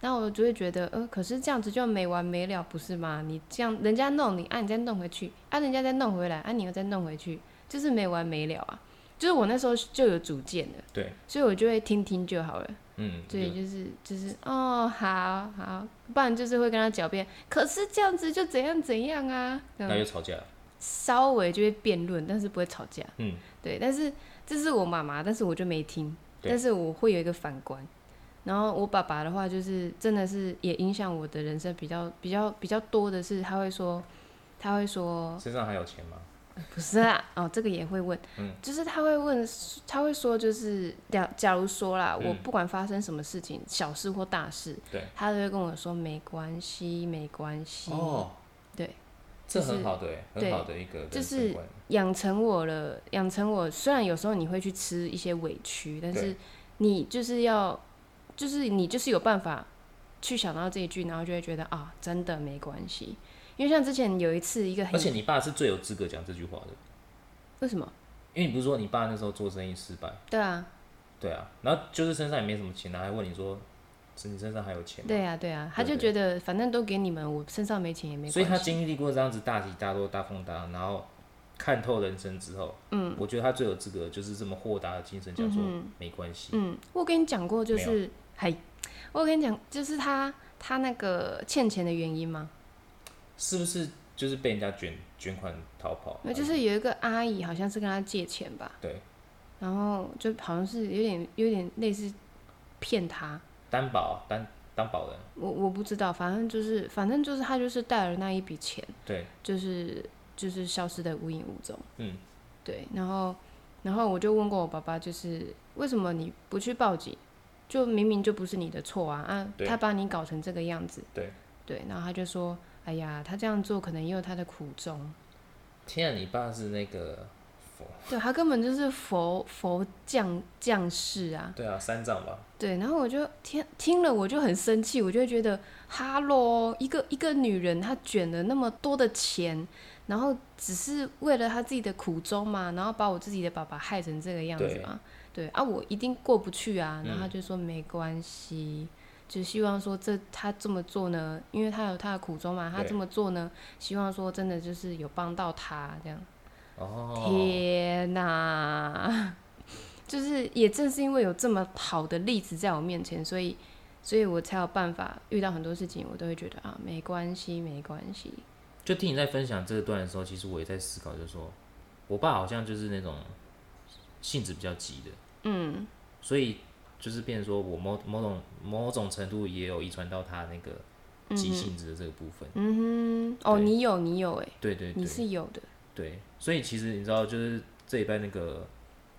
S2: 然后我就会觉得，呃，可是这样子就没完没了，不是吗？你这样人家弄你，啊，你再弄回去，啊，人家再弄回来，啊，你又再弄回去，就是没完没了啊。就是我那时候就有主见了。
S1: 对，
S2: 所以我就会听听就好了。
S1: 嗯，
S2: 对，
S1: 有，
S2: 就是就是哦，好好，不然就是会跟他狡辩。可是这样子就怎样怎样啊，这
S1: 那
S2: 样
S1: 就吵架了，
S2: 稍微就会辩论，但是不会吵架。
S1: 嗯，
S2: 对，但是这是我妈妈，但是我就没听，
S1: 对
S2: 但是我会有一个反观。然后我爸爸的话，就是真的是也影响我的人生比较比较比较多的是，他会说，他会说，
S1: 身上还有钱吗？
S2: 不是啊，哦，这个也会问，
S1: 嗯
S2: 就是他会问，他会说，就是假假如说啦，
S1: 嗯
S2: 我不管发生什么事情，小事或大事，
S1: 对，
S2: 他都会跟我说没关系，没关系，
S1: 哦，
S2: 嗯对，
S1: 这
S2: 就是
S1: 很好的欸，
S2: 对
S1: 很好的一个
S2: 就
S1: 人
S2: 是
S1: 生观，
S2: 养成我了，养成我。虽然有时候你会去吃一些委屈，但是
S1: 对
S2: 你就是要，就是你就是有办法去想到这一句，然后就会觉得啊，真的没关系。因为像之前有一次一个
S1: 而且
S2: 很
S1: 你爸是最有资格讲这句话的，
S2: 为什么？
S1: 因为你不是说你爸那时候做生意失败，
S2: 对啊，
S1: 对啊，然后就是身上也没什么钱，然后还问你说，是你身上还有钱吗？
S2: 对啊，对啊，他就
S1: 对
S2: 觉得反正都给你们，我身上没钱也没关系。
S1: 所以他经历过这样子大起大落、大风大浪，然后看透人生之后，嗯，我觉得他最有资格就是这么豁达的精神讲说、没关系，
S2: 嗯，我跟你讲过，就
S1: 没有
S2: 是还，我跟你讲，就是他他那个欠钱的原因吗？
S1: 是不是就是被人家卷卷款逃跑？啊
S2: 那就是有一个阿姨，好像是跟他借钱吧，
S1: 对
S2: 然后就好像是有点有点类似骗他，
S1: 担保担担保人，
S2: 我我不知道，反正就是反正就是他就是带了那一笔钱，
S1: 对，
S2: 就是就是消失的无影无踪。
S1: 嗯，
S2: 对，然后然后我就问过我爸爸，就是为什么你不去报警？就明明就不是你的错啊啊！
S1: 对
S2: 他把你搞成这个样子，
S1: 对
S2: 对，然后他就说：“哎呀，他这样做可能也有他的苦衷。
S1: 天啊，你爸是那个佛，
S2: 对他根本就是佛佛降降世啊，
S1: 对啊，三藏吧，
S2: 对，然后我就听听了，我就很生气，我就会觉得，哈喽，一个一个女人她卷了那么多的钱，然后只是为了她自己的苦衷嘛，然后把我自己的爸爸害成这个样子
S1: 对
S2: 嘛，对啊，我一定过不去啊。然后他
S1: 嗯
S2: 就说没关系，就希望说这他这么做呢，因为他有他的苦衷嘛，他
S1: 对
S2: 这么做呢，希望说真的就是有帮到他这样。
S1: 哦，
S2: 天哪、 *laughs* 就是也正是因为有这么好的例子在我面前，所以，所以我才有办法遇到很多事情，我都会觉得啊，没关系，没关系。
S1: 就听你在分享这段的时候，其实我也在思考，就是说我爸好像就是那种性子比较急的，
S2: 嗯，
S1: 所以就是变成说我某某种某种程度也有遗传到他那个急性子的这个部分。
S2: 嗯哼，哦，
S1: 对
S2: 你有，你有，哎，
S1: 对对
S2: 你
S1: 对
S2: 是有的，
S1: 对，所以其实你知道，就是这一拜那个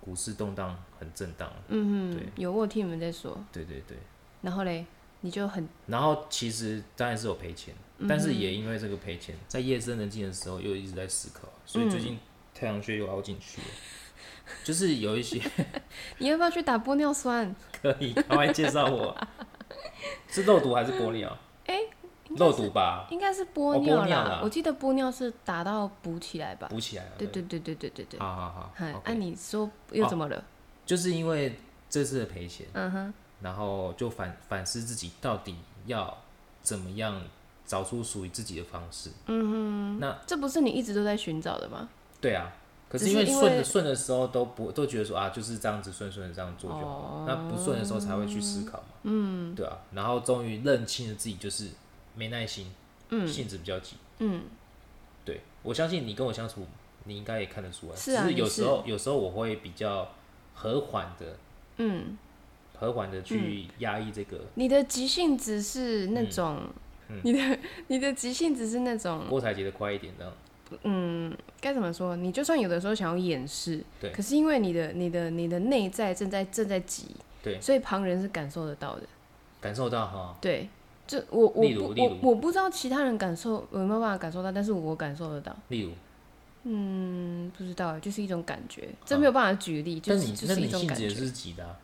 S1: 股市动荡很震荡，
S2: 嗯哼
S1: 对，
S2: 有，我有听你们在说，
S1: 对对对。
S2: 然后嘞，你就很，
S1: 然后其实当然是有赔钱，
S2: 嗯
S1: 但是也因为这个赔钱，在夜深人静的时候又一直在思考，啊所以
S2: 嗯
S1: 最近太阳穴又凹进去了，就是有一些 *laughs*
S2: 你要不要去打玻尿酸？
S1: 可以，赶快介绍我。啊是肉毒还是玻尿？哎、肉毒吧，
S2: 应该是
S1: 哦
S2: 玻
S1: 玻
S2: 尿
S1: 尿
S2: 啦，
S1: 啦
S2: 我记得玻尿是打到补起来吧？
S1: 补起来了。
S2: 对对对对对对对。
S1: 好好好，
S2: 哎，
S1: OK
S2: 啊，你说又
S1: 哦
S2: 怎么了？
S1: 就是因为这次的赔钱，
S2: 嗯哼，
S1: 然后就反反思自己到底要怎么样找出属于自己的方式。
S2: 这不是你一直都在寻找的吗？
S1: 对啊，可是
S2: 只是
S1: 因为
S2: 因
S1: 顺
S2: 为
S1: 的顺的时候都不都觉得说啊，就是这样子顺顺的这样做就好了。
S2: 哦
S1: 那不顺的时候才会去思考嘛。嗯，对啊。然后终于认清了自己就是没耐心，嗯，性子比较急，嗯，对我相信你跟我相处，你应该也看得出来，
S2: 是啊
S1: 只是有
S2: 你
S1: 时候有时候我会比较和缓的，嗯，和缓的去压抑这个。
S2: 你的急性子是那种，
S1: 嗯
S2: 你的你的急性子是那种，
S1: 郭采洁的快一点这样，
S2: 嗯，该怎么说？你就算有的时候想要掩饰，
S1: 对
S2: 可是因为你的你的你的内在正在正在急，
S1: 对
S2: 所以旁人是感受得到的，
S1: 感受到哈。
S2: 对。这我我
S1: 例如
S2: 不
S1: 例
S2: 我
S1: 如
S2: 我不知道其他人感受有没有办法感受到，但是我感受得到。
S1: 例如，
S2: 嗯，不知道，就是一种感觉，真没有办法举例，就
S1: 啊但
S2: 是
S1: 你
S2: 就
S1: 那
S2: 是一
S1: 你
S2: 种
S1: 性
S2: 感
S1: 子也
S2: 觉。
S1: 是急的、啊，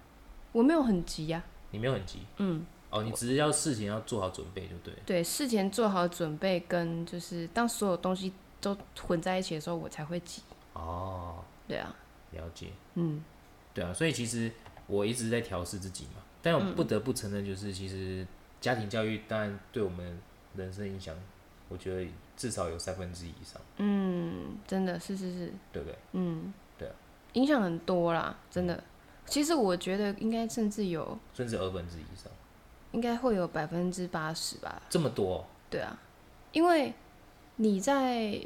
S2: 我没有很急啊呀、
S1: 你没有很急
S2: 嗯，
S1: 哦，你只是要事情要做好准备就对了。
S2: 对，事前做好准备，跟就是当所有东西都混在一起的时候，我才会急。
S1: 哦，
S2: 对啊，
S1: 了解。
S2: 嗯，
S1: 对啊，所以其实我一直在调试自己嘛，但我不得不承认，就是其实家庭教育当然对我们人生影响，我觉得至少有三分之一以上，
S2: 嗯真的是是是，
S1: 对不对？
S2: 影响很多啦，真
S1: 嗯
S2: 的。其实我觉得应该甚至有，
S1: 甚至二分之一以上，
S2: 应该会有百分之八十吧。
S1: 这么多哦
S2: 对啊，因为你在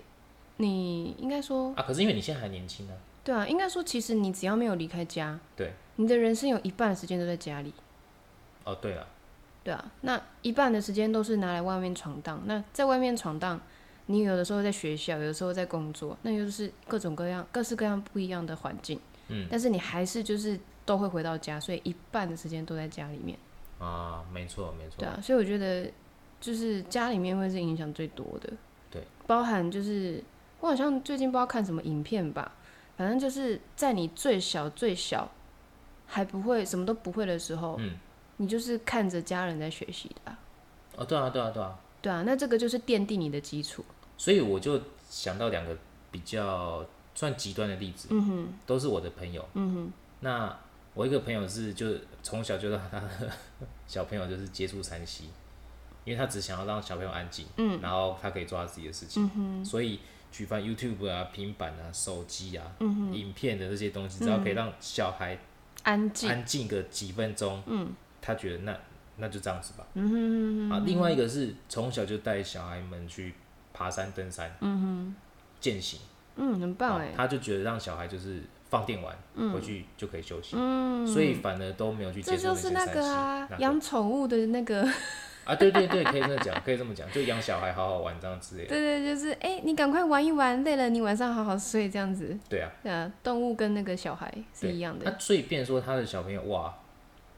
S2: 你应该说
S1: 啊！可是因为你现在还年轻啊，
S2: 对啊，应该说其实你只要没有离开家，
S1: 对，
S2: 你的人生有一半的时间都在家里。
S1: 哦，对了，
S2: 对啊，那一半的时间都是拿来外面闯荡。那在外面闯荡，你有的时候在学校，有的时候在工作，那就是各种各样、各式各样不一样的环境。
S1: 嗯，
S2: 但是你还是就是都会回到家，所以一半的时间都在家里面。
S1: 啊，没错没错
S2: 对，啊，所以我觉得就是家里面会是影响最多的。
S1: 对，
S2: 包含就是我好像最近不知道看什么影片吧，反正就是在你最小最小还不会什么都不会的时候，
S1: 嗯，
S2: 你就是看着家人在学习的、啊。
S1: 哦，对啊对啊对啊，
S2: 对啊，那这个就是奠定你的基础。
S1: 所以我就想到两个比较算极端的例子，嗯哼，都是我的朋友，嗯哼。那我一个朋友是就从小就让他 *laughs* 的小朋友就是接触山西，因为他只想要让小朋友安静，嗯，然后他可以做他自己的事情，嗯、所以举凡 YouTube 啊、平板啊、手机啊、嗯、影片的这些东西，只要可以让小孩
S2: 安静，
S1: 安静个几分钟，嗯，他觉得那那就这样子吧，嗯哼啊，另外一个是从小就带小孩们去爬山、登山，嗯哼，践行，
S2: 嗯，很棒
S1: 啊
S2: 哎，
S1: 他就觉得让小孩就是放电玩，回去就可以休息，嗯，所以反而都没有去接
S2: 这
S1: 触
S2: 就
S1: 那
S2: 是
S1: 些
S2: 那
S1: 山
S2: 个啊，
S1: 西，
S2: 养宠物的那个，
S1: 啊，对对对，可以这么讲，可以这么讲，就养小孩好好玩这样之类的，
S2: 对对，就是哎、你赶快玩一玩，累了你晚上好好睡这样子。
S1: 对啊，
S2: 对啊，动物跟那个小孩是
S1: 对啊
S2: 一样
S1: 那
S2: 的，
S1: 所以变成说他的小朋友哇，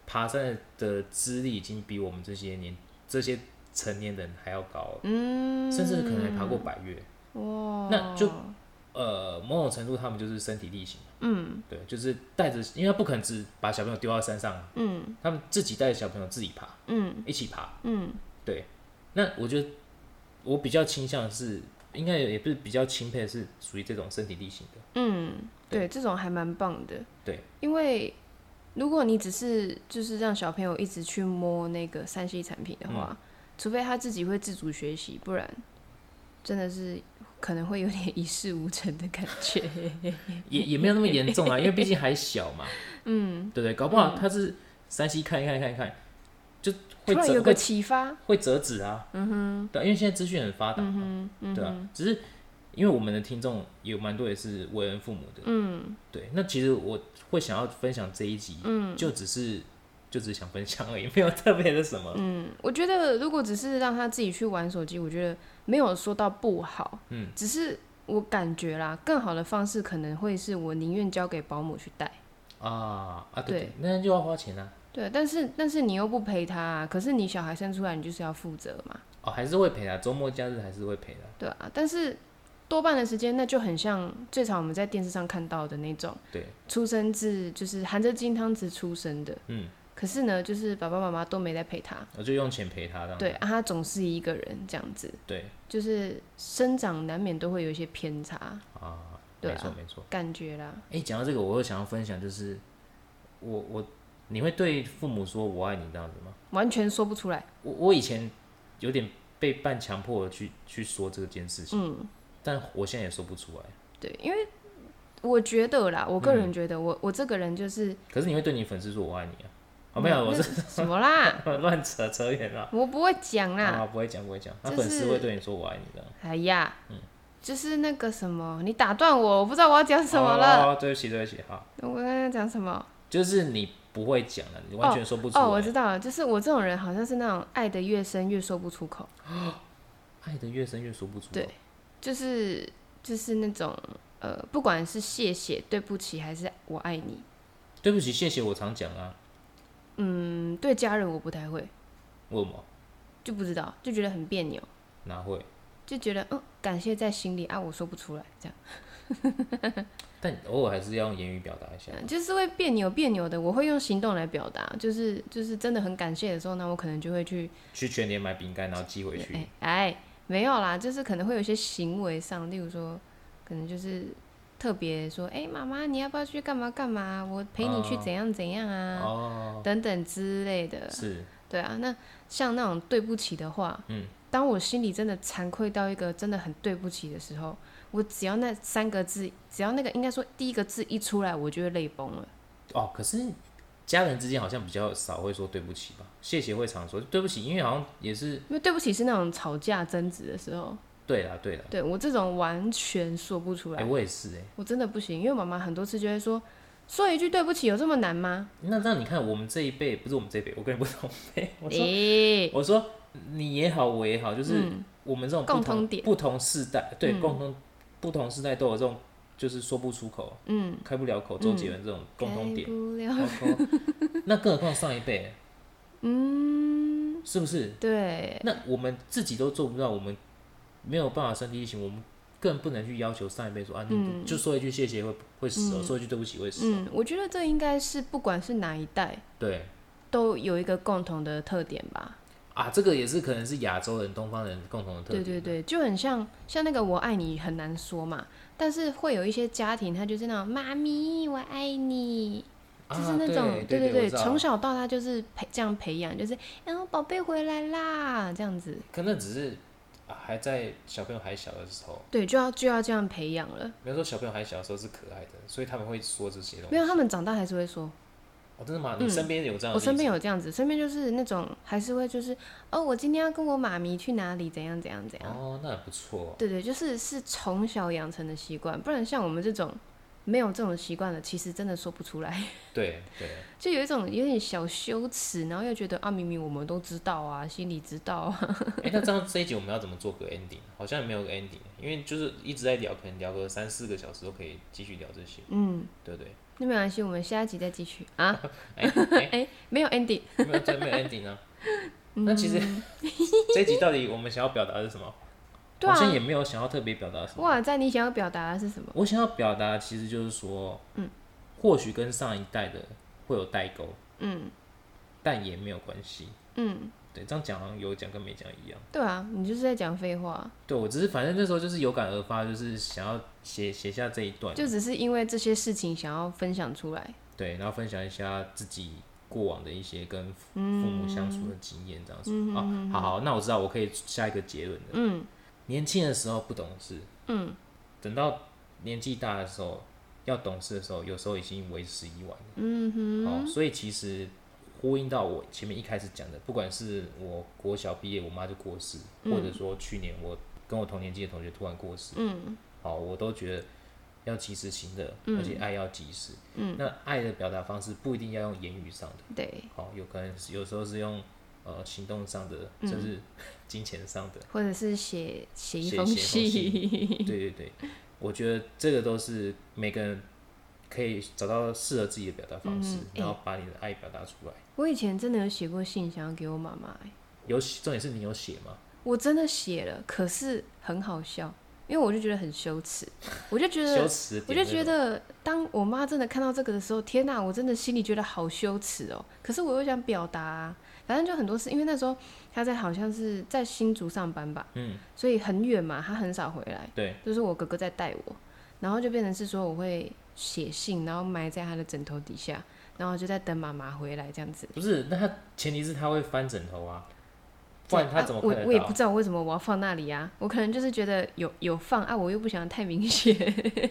S1: 爬山的资历已经比我们这些年这些成年人还要高了，
S2: 嗯，
S1: 甚至可能还爬过百越。
S2: 哇，
S1: 那就呃，某种程度他们就是身体力行，嗯，对，就是带着，因为他不肯只把小朋友丢到山上，嗯，他们自己带着小朋友自己爬，嗯，一起爬，嗯，对。那我觉得我比较倾向是，应该也不是比较钦佩，是属于这种身体力行的，
S2: 嗯，对，这种还蛮棒的，
S1: 对，
S2: 因为如果你只是就是让小朋友一直去摸那个三 C 产品的话，
S1: 嗯
S2: 除非他自己会自主学习，不然真的是可能会有点一事无成的感
S1: *laughs*
S2: 觉。
S1: 也也没有那么严重啊，因为毕竟还小嘛，嗯，对不对？搞不好他是山西看一看看一看，就
S2: 突
S1: 会
S2: 然
S1: 折
S2: 有个
S1: 会
S2: 启发，
S1: 会折纸啊，嗯哼，对，因为现在资讯很发达嘛，对啊，只是因为我们的听众有蛮多也是为人父母的，嗯，对，那其实我会想要分享这一集，嗯，就只是就只是想分享而已，没有特别的什么，
S2: 嗯，我觉得如果只是让他自己去玩手机，我觉得没有说到不好，
S1: 嗯，
S2: 只是我感觉啦，更好的方式可能会是我宁愿交给保姆去带，
S1: 啊啊，对
S2: 对
S1: 对，那就要花钱啊，
S2: 对，但是但是你又不陪他、啊，可是你小孩生出来，你就是要负责嘛，
S1: 哦，还是会赔的，周末假日还是会赔的，
S2: 对啊，但是多半的时间，那就很像最常我们在电视上看到的那种
S1: 对，
S2: 出生自就是含着金汤匙出生的，
S1: 嗯，啊
S2: 可是呢，就是爸爸妈妈都没在陪他，
S1: 我就用钱赔他，这样
S2: 对啊，他总是一个人这样子，
S1: 对
S2: 就是生长难免都会有一些偏差
S1: 啊，
S2: 对啊
S1: 没错没错，
S2: 感觉啦。
S1: 哎，讲到这个，我又想要分享，就是我我你会对父母说我爱你这样子吗？
S2: 完全说不出来，
S1: 我我以前有点被半强迫的去去说这件事情，
S2: 嗯
S1: 但我现在也说不出来。
S2: 对，因为我觉得啦，
S1: 嗯
S2: 我个人觉得我、我这个人就是
S1: 可是你会对你粉丝说我爱你啊？哦，
S2: 嗯
S1: 没有，我是 *laughs*
S2: 什么啦，
S1: 乱扯扯远了。
S2: 我不会
S1: *laughs*
S2: 讲啦，
S1: 啊，不会讲，不会讲。那
S2: 就是
S1: 粉丝会对你说我爱你的。
S2: 哎呀，就是那个什么，你 *laughs* 打断我，我不知道我要讲什么了，
S1: 哦？对不起，对不起，哈，
S2: 我刚刚讲什么？
S1: 就是你不会讲了，你完全说不哎出来。
S2: 哦，我知道了，就是我这种人好像是那种爱的越深越说不出口，
S1: 爱的越深越说不出口。
S2: 对就是就是那种呃，不管是谢谢、对不起还是我爱你，
S1: 对不起，谢谢，我常讲啊，
S2: 嗯，对家人我不太会，
S1: 为什么？
S2: 就不知道就觉得很别扭，
S1: 哪会？
S2: 就觉得嗯，感谢在心里啊，我说不出来这样。
S1: 但偶尔还是要用言语表达一下。
S2: 嗯就是会别扭别扭的，我会用行动来表达，就是就是真的很感谢的时候，那我可能就会去，
S1: 去全年买饼干，然后寄回去。
S2: 哎哎，没有啦，就是可能会有一些行为上，例如说，可能就是特别说，哎、妈妈，你要不要去干嘛干嘛？我陪你去
S1: 哦
S2: 怎样怎样啊，
S1: 哦，
S2: 等等之类的。
S1: 是
S2: 对啊，那像那种对不起的话，
S1: 嗯，
S2: 当我心里真的惭愧到一个真的很对不起的时候，我只要那三个字，只要那个应该说第一个字一出来，我就会泪崩了。
S1: 哦，可是家人之间好像比较少会说对不起吧？谢谢会常说对不起，因为好像也是
S2: 因为对不起是那种吵架争执的时候，
S1: 对啦对啦。
S2: 对我这种完全说不出
S1: 哎、
S2: 来，
S1: 我也是哎、
S2: 我真的不行。因为妈妈很多次就会说，说一句对不起有这么难吗？
S1: 那那你看我们这一辈不是我们这一辈，我跟你不同辈，我说
S2: 诶、
S1: 我说你也好，我也好，就是我们这种不嗯同
S2: 共
S1: 嗯
S2: 通点
S1: 不同世代，对，共同不同世代都有这种，就是说不出口，嗯，哎开不了口，周杰伦这种共通点
S2: 改。不了，
S1: 然后那更何况上一辈， *laughs* 嗯，是不是？
S2: 对，
S1: 那我们自己都做不到，我们没有办法身体力行，我们更不能去要求上一辈说啊，你就说一句谢谢会会死哦，说一句对不起会死哦，
S2: 嗯，我觉得这应该是不管是哪一代，
S1: 对。
S2: 都有一个共同的特点吧。
S1: 啊，这个也是可能是亚洲人、东方人共同的特
S2: 对
S1: 点。啊
S2: 对对，就很像像那个“我爱你”很难说嘛，但是会有一些家庭，他就是那种“妈咪，我爱你”，
S1: 啊，
S2: 就是那种、
S1: 对
S2: 对
S1: 我知道
S2: 从小到大就是培这样培养，就是“哎呦，宝贝回来啦”这样子，
S1: 可能只是、啊还在小朋友还小的时候，
S2: 对，就要就要这样培养了。
S1: 比如说小朋友还小的时候是可爱的，所以他们会说这些东西。
S2: 没有，他们长大还是会说。
S1: 哦，真的吗？你身边有这样的、
S2: 我身边，有这样子，身边就是那种还是会就是哦，我今天要跟我妈咪去哪里，怎样怎样怎样。
S1: 哦，那也不错。
S2: 对对，就是是从小养成的习惯，不然像我们这种没有这种习惯的，其实真的说不出来。 *laughs*
S1: 对对，
S2: 就有一种有点小羞耻，然后又觉得啊，明明我们都知道啊，心里知道啊， *laughs*
S1: *laughs* 哎、那这样这一集我们要怎么做个 ending？好像也没有个 ending，因为就是一直在聊，可能聊个三四个小时都可以继续聊这些，
S2: 嗯，
S1: 对不对？
S2: 那没关系，我们下一集再继续
S1: *laughs*
S2: 啊。
S1: 哎、哎
S2: 哎、没有 ending，
S1: 没有这没有 ending 啊。
S2: 嗯
S1: 那
S2: *laughs*
S1: 其实这一集到底我们想要表达的是什么？
S2: 对啊
S1: 好像也没有想要特别表达什么。
S2: 哇，在你想要表达的是什么？
S1: 我想要表达的其实就是说，嗯，或许跟上一代的会有代沟，
S2: 嗯
S1: 但也没有关系。
S2: 嗯，
S1: 对，这样讲好像有讲跟没讲一样。
S2: 对啊，你就是在讲废话，
S1: 对我只是反正那时候就是有感而发，就是想要写写下这一段，
S2: 就只是因为这些事情想要分享出来。
S1: 对，然后分享一下自己过往的一些跟父父
S2: 嗯
S1: 母相处的经验，这样子。啊、好好，那我知道我可以下一个结论了。
S2: 嗯
S1: 年轻的时候不懂事，
S2: 嗯
S1: 等到年纪大的时候要懂事的时候，有时候已经为时已晚了。
S2: 嗯哼，
S1: 哦，所以其实呼应到我前面一开始讲的，不管是我国小毕业，我妈就过世，或者说去年我跟我同年纪的同学突然过世，
S2: 嗯
S1: 好、我都觉得要及时行乐，
S2: 嗯
S1: 而且爱要及时。
S2: 嗯，
S1: 那爱的表达方式不一定要用言语上的，
S2: 对，
S1: 好、有可能是有时候是用呃行动上的，甚
S2: 嗯
S1: 至 *laughs* 金钱上
S2: *laughs*
S1: 的。
S2: 或者是写写一
S1: 写
S2: 封
S1: 写封
S2: 信， *laughs*
S1: 对对对，我觉得这个都是每个人可以找到适合自己的表达方式，
S2: 嗯
S1: 然后把你的爱表达出来。
S2: 我以前真的有写过信，想要给我妈妈、欸
S1: 有写重点是你有写吗？
S2: 我真的写了，可是很好笑，因为我就觉得很羞耻，我就
S1: *laughs*
S2: 觉
S1: 羞
S2: 得，
S1: 耻点
S2: 我
S1: 那
S2: 就
S1: 种，
S2: 觉得，当我妈真的看到这个的时候，天哪、我真的心里觉得好羞耻哦。可是我又想表达啊、反正就很多事，因为那时候她在好像是在新竹上班吧，
S1: 嗯，
S2: 所以很远嘛，她很少回来，
S1: 对，
S2: 就是我哥哥在带我，然后就变成是说我会写信，然后埋在她的枕头底下，然后就在等妈妈回来这样子。
S1: 不是，那他前提是他会翻枕头啊，不然他怎么
S2: 啊、
S1: 看
S2: 我
S1: 得
S2: 我也
S1: 到？
S2: 不知道为什么我要放那里啊，我可能就是觉得有有放啊，我又不想太明显。 *laughs*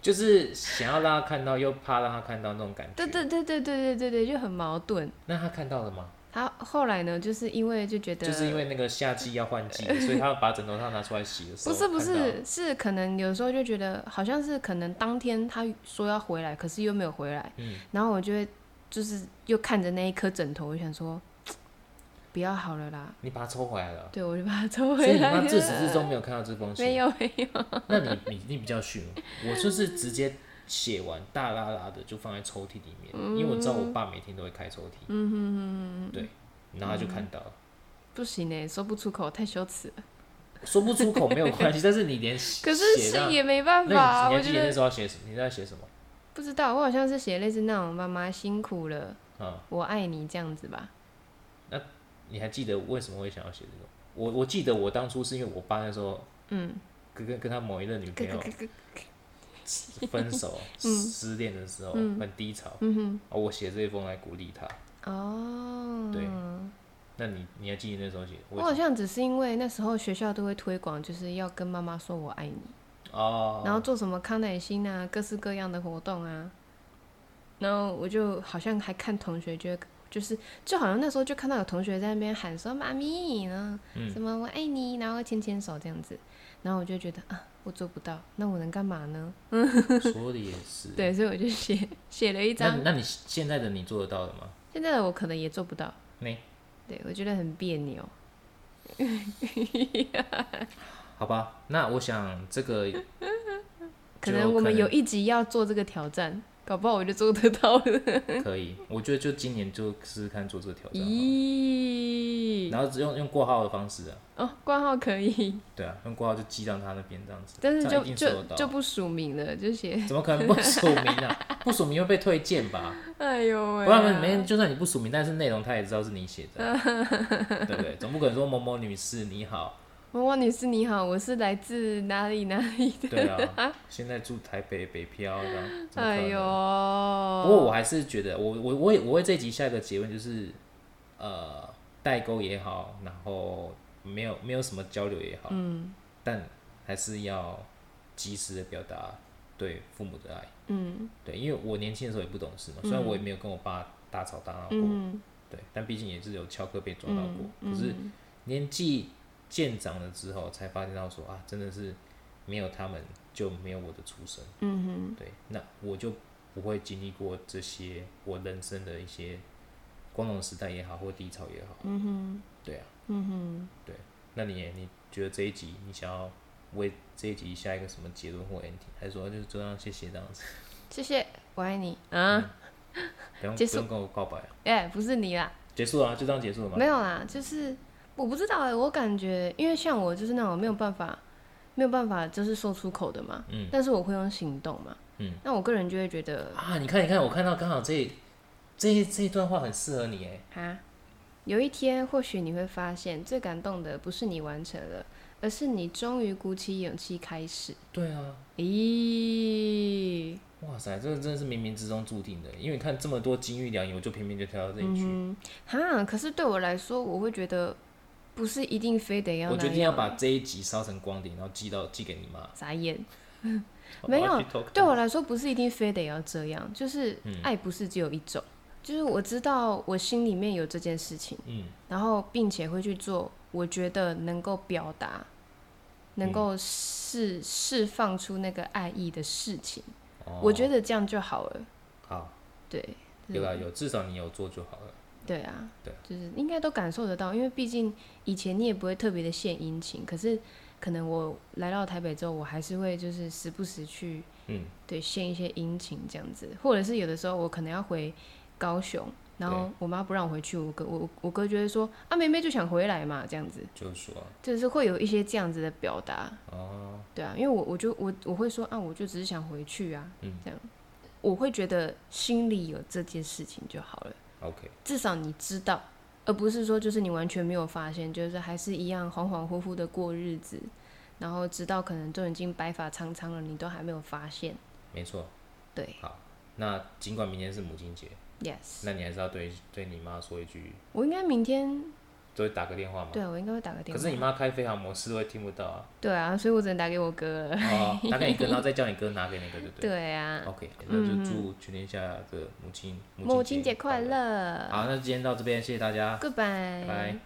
S1: 就是想要让他看到，又怕让他看到那种感觉。
S2: 对对对对对对对对，就很矛盾。
S1: 那他看到了吗？
S2: 他后来呢，就是因为就觉得
S1: 就是因为那个夏季要换
S2: *laughs*
S1: 季，所以他把枕头套拿出来洗的时
S2: 不
S1: 候，
S2: 是不
S1: 看到，
S2: 是是可能有时候就觉得好像是可能当天他说要回来，可是又没有回来，
S1: 嗯
S2: 然后我就会就是又看着那一颗枕头，我就想说，不要好了啦。
S1: 你把它抽回来了，
S2: 对，我就把它抽
S1: 所以
S2: 回
S1: 你
S2: 来
S1: 妈
S2: 了。
S1: 自始至终没有看到这封信。
S2: 没有没有，
S1: 那你你你比较逊，我就是直接写完大拉拉的就放在抽屉里面，
S2: 嗯
S1: 因为我知道我爸每天都会开抽屉。嗯哼哼对，然后他就看到了，
S2: 嗯 *laughs* 不行哎，说不出口，太羞耻了。
S1: 说不出口没有关系，但是你连写
S2: 可是
S1: 写到
S2: 是也没办法
S1: 那
S2: 啊，
S1: 你你
S2: 我
S1: 还
S2: 觉
S1: 记得那
S2: 得
S1: 时候要写什么？你在写什么？
S2: 不知道，我好像是写类似那种“妈妈辛苦了，
S1: 嗯，
S2: 我爱你”这样子吧。
S1: 你还记得为什么会想要写这个？我我记得我当初是因为我爸那时候，
S2: 嗯，
S1: 跟跟跟他某一任女朋
S2: 咯
S1: 友
S2: 咯咯咯
S1: 分
S2: *laughs*
S1: 手、
S2: 嗯
S1: 失恋的时候很低潮，嗯哼，我写这封来鼓励他。
S2: 哦，
S1: 对那你你还记得那时候写？
S2: 我好像只是因为那时候学校都会推广，就是要跟妈妈说我爱你，
S1: 哦，
S2: 然后做什么康乃馨啊，各式各样的活动啊，然后我就好像还看同学就会就是就好像那时候就看到有同学在那边喊说妈咪，然后
S1: 嗯
S2: 什么我爱你，然后牵牵手这样子，然后我就觉得啊，我做不到，那我能干嘛呢？
S1: 说的也是。
S2: *laughs* 对，所以我就写写了一
S1: 那
S2: 张
S1: 你，那你现在的你做得到的吗？
S2: 现在的我可能也做不到，
S1: 你
S2: 对我觉得很别扭。
S1: 好吧，那我想这
S2: *laughs*
S1: 个
S2: 可
S1: 就
S2: 能我们有一集要做这个挑战，搞不好我就做得到
S1: 哦
S2: 了。
S1: 可以，我觉得就今年就试试看做这个挑战好了，
S2: 咦，
S1: 然后只用用挂号的方式啊，
S2: 哦，挂号可以，
S1: 对啊，用挂号就寄到他那边这样子，
S2: 但是
S1: 这样
S2: 就
S1: 一定收
S2: 就
S1: 得到
S2: 就不署名了，就写，
S1: 怎么可能不署名啊？不署名会被推荐吧？
S2: *laughs* 哎呦喂、
S1: 不然没人，就算你不署名，但是内容他也知道是你写的啊，对不对？总不可能说某某女士你好，
S2: 汪汪女士你好，我是来自哪里哪
S1: *laughs*
S2: 里的，
S1: 对
S2: *laughs*
S1: 啊，现在住台北北漂这样，怎么可
S2: 哎
S1: 能
S2: 呦，
S1: 不过我还是觉得，我我我会我会这集下一个结论就是，呃，代沟也好，然后没有没有什么交流也好，
S2: 嗯
S1: 但还是要及时的表达对父母的爱。
S2: 嗯
S1: 对，因为我年轻的时候也不懂事嘛，虽然我也没有跟我爸大吵大闹过，
S2: 嗯
S1: 对，但毕竟也是有翘课被抓到过
S2: 嗯。嗯，
S1: 可是年纪渐长了之后，才发现到说啊，真的是没有他们就没有我的出生。
S2: 嗯哼，
S1: 对，那我就不会经历过这些我人生的一些光荣时代也好，或低潮也好。
S2: 嗯哼，
S1: 对啊，
S2: 嗯哼，
S1: 那你你觉得这一集你想要为这一集下一个什么结论或 ending，还是说就是就让谢谢这样子，
S2: 谢谢，我爱你啊，
S1: 不用不
S2: 结束
S1: 用跟我告白，啊
S2: 哎、不是你啦。
S1: 结束了啊，就这样结束了吗？
S2: 没有啦，就是我不知道哎、我感觉因为像我就是那种没有办法，没有办法就是说出口的嘛，
S1: 嗯
S2: 但是我会用行动嘛，
S1: 嗯，
S2: 那我个人就会觉得
S1: 啊，你看你看，我看到刚好这这这一段话很适合你哎，
S2: 啊，有一天或许你会发现，最感动的不是你完成了，而是你终于鼓起勇气开始。
S1: 对啊。
S2: 咦，
S1: 哇塞，这个真的是冥冥之中注定的，因为你看这么多金玉良言，我就偏偏就挑到这一句，
S2: 嗯哼，哈，可是对我来说，我会觉得不是一定非得要
S1: 我
S2: 那
S1: 决定要
S2: 样，
S1: 把这一集烧成光碟，然后寄到寄给你妈。
S2: 眨眼。
S1: 我
S2: 没
S1: 要
S2: 有
S1: 去偷看
S2: 对我来说，不是一定非得要这样，就是
S1: 嗯
S2: 爱不是只有一种。就是我知道我心里面有这件事情，
S1: 嗯，
S2: 然后并且会去做，我觉得能够表达，能
S1: 嗯
S2: 够释释放出那个爱意的事情，
S1: 哦
S2: 我觉得这样就好了。
S1: 好，
S2: 对，啊
S1: 有啦有，至少你有做就好了。
S2: 对啊，
S1: 对啊
S2: 就是应该都感受得到，因为毕竟以前你也不会特别的献殷勤，可是可能我来到台北之后，我还是会就是时不时去
S1: 嗯，
S2: 对，献一些殷勤这样子，或者是有的时候我可能要回高雄，然后我妈不让我回去，我哥我我哥就会说啊，妹妹就想回来嘛，这样子，
S1: 就是说
S2: 就是会有一些这样子的表达，
S1: 哦，
S2: 对啊，因为我我就我我会说啊，我就只是想回去啊，
S1: 嗯
S2: 这样，我会觉得心里有这件事情就好了，
S1: ，OK，
S2: 至少你知道，而不是说就是你完全没有发现，就是还是一样恍恍惚惚的过日子，然后直到可能都已经白发苍苍了，你都还没有发现，
S1: 没错。
S2: 对
S1: 好，那尽管明天是母亲节，
S2: ，yes。
S1: 那你还是要对对你妈说一句，
S2: 我应该明天，
S1: 就会打个电话吗？
S2: 对啊，我应该会打个电
S1: 可
S2: 话。
S1: 是你妈开飞行模式会听不到啊，
S2: 对啊，所以我只能打给我哥了。
S1: 哦，打给你哥，然后再叫你哥拿给你哥，对不对？
S2: *laughs* 对啊，
S1: OK，那就祝全天下的母亲
S2: 母亲节快！乐
S1: 好，那今天到这边，谢谢大家，
S2: ，Goodbye。
S1: 拜拜。